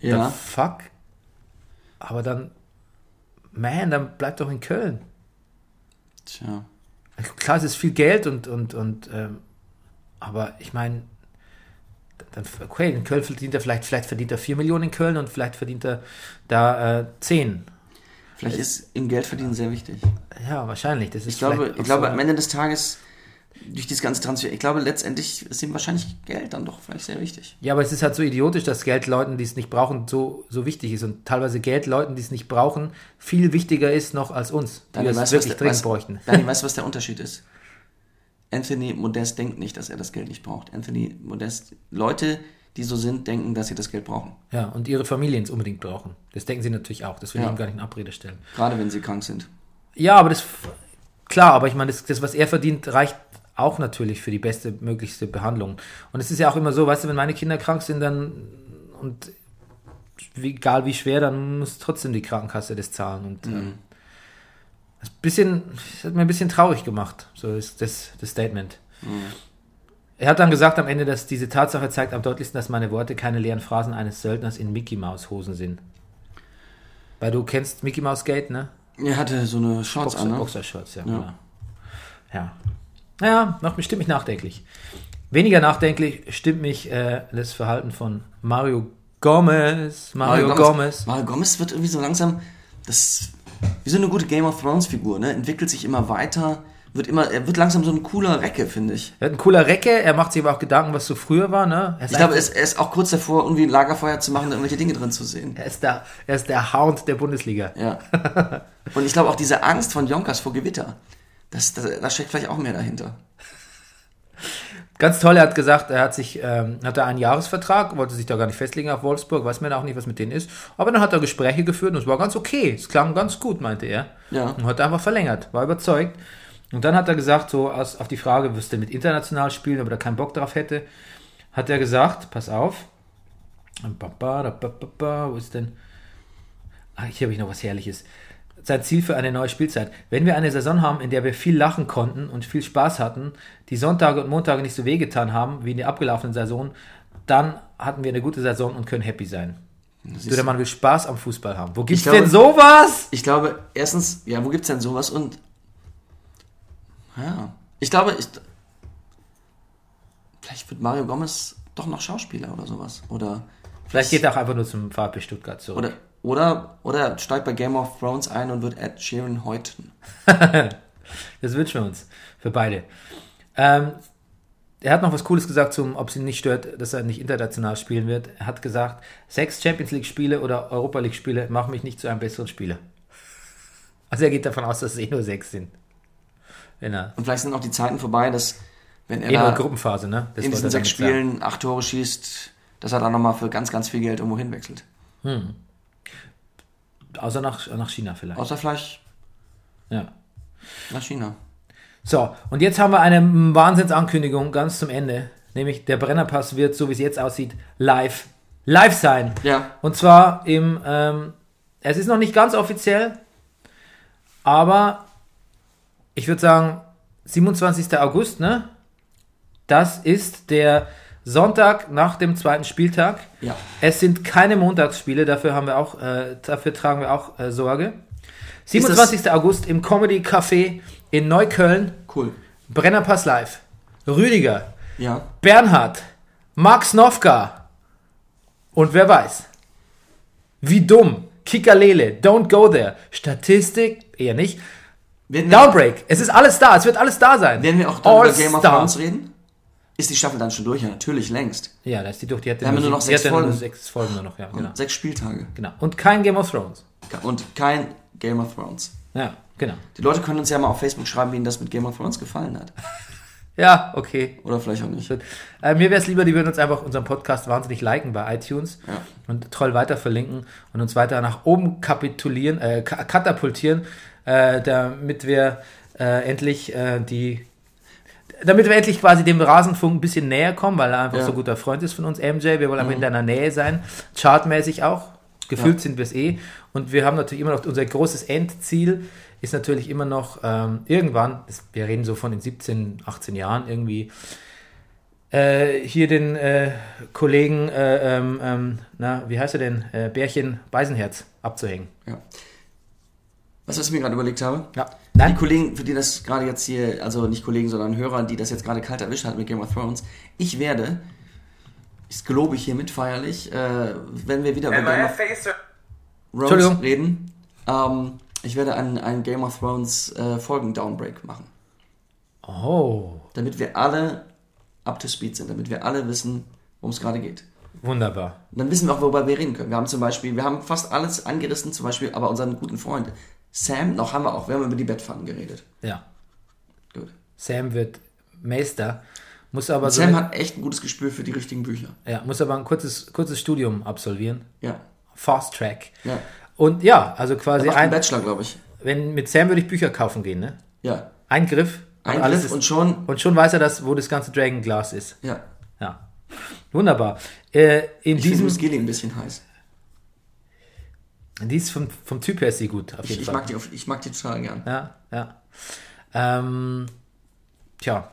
S2: Ja.
S1: the fuck? Aber dann, man, dann bleibt doch in Köln.
S2: Tja.
S1: Klar, es ist viel Geld und, und, und ähm, aber ich meine, dann, okay, in Köln verdient er vielleicht, vielleicht verdient er 4 Millionen in Köln und vielleicht verdient er da äh, 10.
S2: Vielleicht ist ihm Geldverdienen sehr wichtig.
S1: Ja, wahrscheinlich. Das ist
S2: Ich glaube,
S1: vielleicht auch
S2: ich glaube
S1: so,
S2: am Ende des Tages durch dieses ganze Transfer. Ich glaube, letztendlich ist ihm wahrscheinlich Geld dann doch vielleicht sehr wichtig.
S1: Ja, aber es ist halt so idiotisch, dass Geld Leuten, die es nicht brauchen, so, so wichtig ist. Und teilweise Geld Leuten, die es nicht brauchen, viel wichtiger ist noch als uns, die
S2: Daniel,
S1: es
S2: weißt du, was
S1: wirklich
S2: der-
S1: dringend bräuchten. (laughs)
S2: Weißt, Daniel, weißt du, was der Unterschied ist? Anthony Modest denkt nicht, dass er das Geld nicht braucht. Anthony Modest, Leute, die so sind, denken, dass sie das Geld brauchen.
S1: Ja, und ihre Familien es unbedingt brauchen. Das denken sie natürlich auch. Das will
S2: Ja.
S1: ich ihm gar nicht in Abrede stellen.
S2: Gerade wenn sie krank sind.
S1: Ja, aber das, klar, aber ich meine, das, das, was er verdient, reicht auch natürlich für die beste möglichste Behandlung. Und es ist ja auch immer so, weißt du, wenn meine Kinder krank sind, dann und wie, egal wie schwer, dann muss trotzdem die Krankenkasse das zahlen. Und ähm, das, ist ein bisschen, das hat mir ein bisschen traurig gemacht, so ist das, das Statement. Er hat dann gesagt am Ende, dass diese Tatsache zeigt am deutlichsten, dass meine Worte keine leeren Phrasen eines Söldners in Mickey Maus Hosen sind. Weil du kennst Mickey Maus Gate, ne?
S2: Er hatte so eine Shorts
S1: Boxer,
S2: an, ne?
S1: Boxershorts, ja. genau. Ja. Naja, macht mich, stimmt mich nachdenklich. Weniger nachdenklich stimmt mich äh, das Verhalten von Mario Gomez. Mario, Gomez.
S2: Mario Gomez wird irgendwie so langsam, das wie so eine gute Game of Thrones Figur, ne? Entwickelt sich immer weiter, wird immer, er wird langsam so ein cooler Recke, finde ich.
S1: Er hat einen cooler Recke, er macht sich aber auch Gedanken, was so früher war, ne? Er ist
S2: Ich glaube, er
S1: einfach-
S2: ist, er ist auch kurz davor, irgendwie ein Lagerfeuer zu machen, da irgendwelche Dinge drin zu sehen.
S1: er ist der, er ist der Hound der Bundesliga.
S2: Ja. Und ich glaube auch diese Angst von Jonkers vor Gewitter, das, das, da steckt vielleicht auch mehr dahinter.
S1: Ganz toll, er hat gesagt, er hat sich, ähm, hatte einen Jahresvertrag, wollte sich da gar nicht festlegen auf Wolfsburg, weiß man auch nicht, was mit denen ist. Aber dann hat er Gespräche geführt und es war ganz okay. Es klang ganz gut, meinte er.
S2: Ja.
S1: Und hat einfach verlängert, war überzeugt. Und dann hat er gesagt, so aus, auf die Frage, wirst du mit international spielen, ob er da keinen Bock drauf hätte, hat er gesagt, pass auf. Ba, ba, da, ba, ba, ba, Wo ist denn? Ah, hier habe ich noch was Herrliches. Sein Ziel für eine neue Spielzeit. Wenn wir eine Saison haben, in der wir viel lachen konnten und viel Spaß hatten, die Sonntage und Montage nicht so wehgetan haben wie in der abgelaufenen Saison, dann hatten wir eine gute Saison und können happy sein. Du, der Mann will Spaß am Fußball haben. Wo gibt's
S2: glaube-
S1: denn sowas?
S2: Ich glaube, erstens, ja, wo gibt's denn sowas und. Ja. Ich glaube, ich. Vielleicht wird Mario Gomez doch noch Schauspieler oder sowas. Oder.
S1: Vielleicht geht er auch einfach nur zum VfB Stuttgart zurück.
S2: Oder, oder, oder steigt bei Game of Thrones ein und wird Ed Sheeran Häuten.
S1: Das wünschen wir uns für beide. Ähm, er hat noch was Cooles gesagt, zum, ob es ihn nicht stört, dass er nicht international spielen wird. Er hat gesagt, sechs Champions League-Spiele oder Europa League-Spiele machen mich nicht zu einem besseren Spieler. Also er geht davon aus, dass es eh nur sechs sind. Wenn er,
S2: Und vielleicht sind auch die Zeiten vorbei, dass, wenn er
S1: eh nur
S2: da
S1: Gruppenphase, ne? Das
S2: in
S1: wollte
S2: diesen
S1: er
S2: sechs
S1: damit sagen.
S2: Spielen acht Tore schießt, dass er dann nochmal für ganz, ganz viel Geld irgendwo hinwechselt.
S1: Außer nach, nach China vielleicht.
S2: Außer vielleicht
S1: ja.
S2: nach China.
S1: So, und jetzt haben wir eine Wahnsinnsankündigung ganz zum Ende. Nämlich der Brennerpass wird, so wie es jetzt aussieht, live. Live sein.
S2: Ja.
S1: Und zwar im, ähm, es ist noch nicht ganz offiziell, aber ich würde sagen, 27. August, ne? Das ist der Sonntag nach dem zweiten Spieltag.
S2: Ja.
S1: Es sind keine Montagsspiele, dafür haben wir auch, äh, dafür tragen wir auch äh, Sorge. 27. August im Comedy Café in Neukölln,
S2: Cool.
S1: Brennerpass Live. Rüdiger,
S2: Ja.
S1: Bernhard, Max Nowka und wer weiß. Wie dumm, Kikalele, Don't Go There, Statistik, eher nicht,
S2: Werden wir,
S1: Downbreak, es ist alles da, es wird alles da sein.
S2: werden wir auch dann
S1: All
S2: über Game of
S1: Star.
S2: Thrones reden? Ist die Staffel dann schon durch? Ja, natürlich längst.
S1: Ja, da ist die durch, die hat
S2: Da haben wir nur noch sechs
S1: die hat ja
S2: Folgen.
S1: Nur sechs Folgen nur noch, ja, genau.
S2: Sechs Spieltage.
S1: genau. Und kein Game of Thrones.
S2: Und kein Game of Thrones.
S1: Ja, genau.
S2: Die Leute können uns ja mal auf Facebook schreiben, wie ihnen das mit Game of Thrones gefallen hat.
S1: Ja, okay.
S2: Oder vielleicht auch nicht.
S1: Gut. Äh, mir wäre es lieber, die würden uns einfach unseren Podcast wahnsinnig liken bei iTunes und toll weiter verlinken und uns weiter nach oben kapitulieren, äh, ka- katapultieren, äh, damit wir äh, endlich äh, die damit wir endlich quasi dem Rasenfunk ein bisschen näher kommen, weil er einfach
S2: Ja.
S1: so ein guter Freund ist von uns, MJ. Wir wollen einfach in deiner Nähe sein, chartmäßig auch. Gefühlt sind wir es eh. Und wir haben natürlich immer noch, unser großes Endziel ist natürlich immer noch ähm, irgendwann, das, wir reden so von in 17, 18 Jahren irgendwie, äh, hier den äh, Kollegen, äh, ähm, ähm, na, wie heißt er denn, äh, Bärchen Beisenherz abzuhängen.
S2: Ja. Was, was ich mir gerade überlegt habe?
S1: Ja.
S2: Die
S1: Nein?
S2: Kollegen, für die das gerade jetzt hier, also nicht Kollegen, sondern Hörer, die das jetzt gerade kalt erwischt hat mit Game of Thrones, ich werde, ich glaube ich hiermit feierlich, äh, wenn wir wieder über
S7: Äh,
S2: Game of Thrones
S1: Entschuldigung.
S2: reden, ähm, ich werde einen, einen Game of Thrones äh, Folgen-Downbreak machen.
S1: Oh,
S2: damit wir alle up to speed sind, damit wir alle wissen, worum es gerade geht.
S1: wunderbar.
S2: Und dann wissen wir auch, worüber wir reden können. Wir haben zum Beispiel, wir haben fast alles angerissen, zum Beispiel aber unseren guten Freund Sam, noch haben wir auch, wir haben über die Bettpfannen geredet.
S1: Ja.
S2: Gut.
S1: Sam wird Meister, muss aber, so
S2: Sam hat echt ein gutes Gespür für die richtigen Bücher.
S1: ja, muss aber ein kurzes, kurzes Studium absolvieren.
S2: Ja.
S1: Fast Track.
S2: Ja.
S1: Und ja, also quasi
S2: Macht einen
S1: ein,
S2: Bachelor, glaube ich.
S1: wenn mit Sam würde ich Bücher kaufen gehen, ne?
S2: Ja.
S1: Ein Griff, und
S2: Ein
S1: alles
S2: Griff
S1: ist,
S2: und schon.
S1: und schon weiß er das, wo das ganze Dragonglas ist.
S2: Ja.
S1: Ja. Wunderbar. Äh, in
S2: Ich finde
S1: diesem,
S2: Miss Gilly ein bisschen heiß.
S1: dies vom, vom Typ her ist sie gut, auf
S2: Ich,
S1: jeden
S2: ich,
S1: Fall.
S2: mag die, auf- ich mag die total gern.
S1: Ja, ja. Ähm, tja,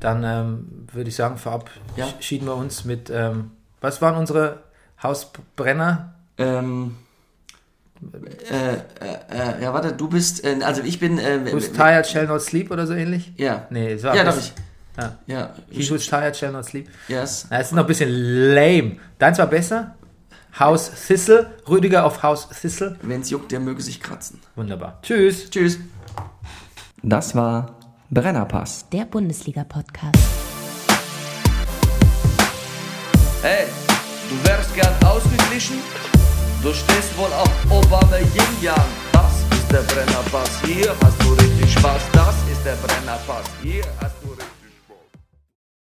S1: dann ähm, würde ich sagen,
S2: Ja.
S1: verabschieden wir uns mit, ähm, was waren unsere Hausbrenner?
S2: Ähm, äh, äh, äh, ja, warte, du bist, äh, also ich bin, äh,
S1: Who's tired, shall not sleep oder so ähnlich?
S2: ja,
S1: Nee, es war
S2: ja,
S1: das-
S2: darf ich,
S1: Ja.
S2: ja,
S1: He who's tired, shall not sleep.
S2: yes,
S1: Na, es ist noch ein bisschen lame. Deins war besser. Haus Thistle, Rüdiger auf Haus Thistle.
S2: wenn's juckt, der möge sich kratzen.
S1: Wunderbar. Tschüss.
S2: Tschüss.
S3: Das war Brennerpass.
S9: Der Bundesliga-Podcast.
S5: Hey, du wärst gern ausgeglichen? Du stehst wohl auf Obama Yin Yang. Das ist der Brennerpass. Hier hast du richtig Spaß. Das ist der Brennerpass. Hier hast du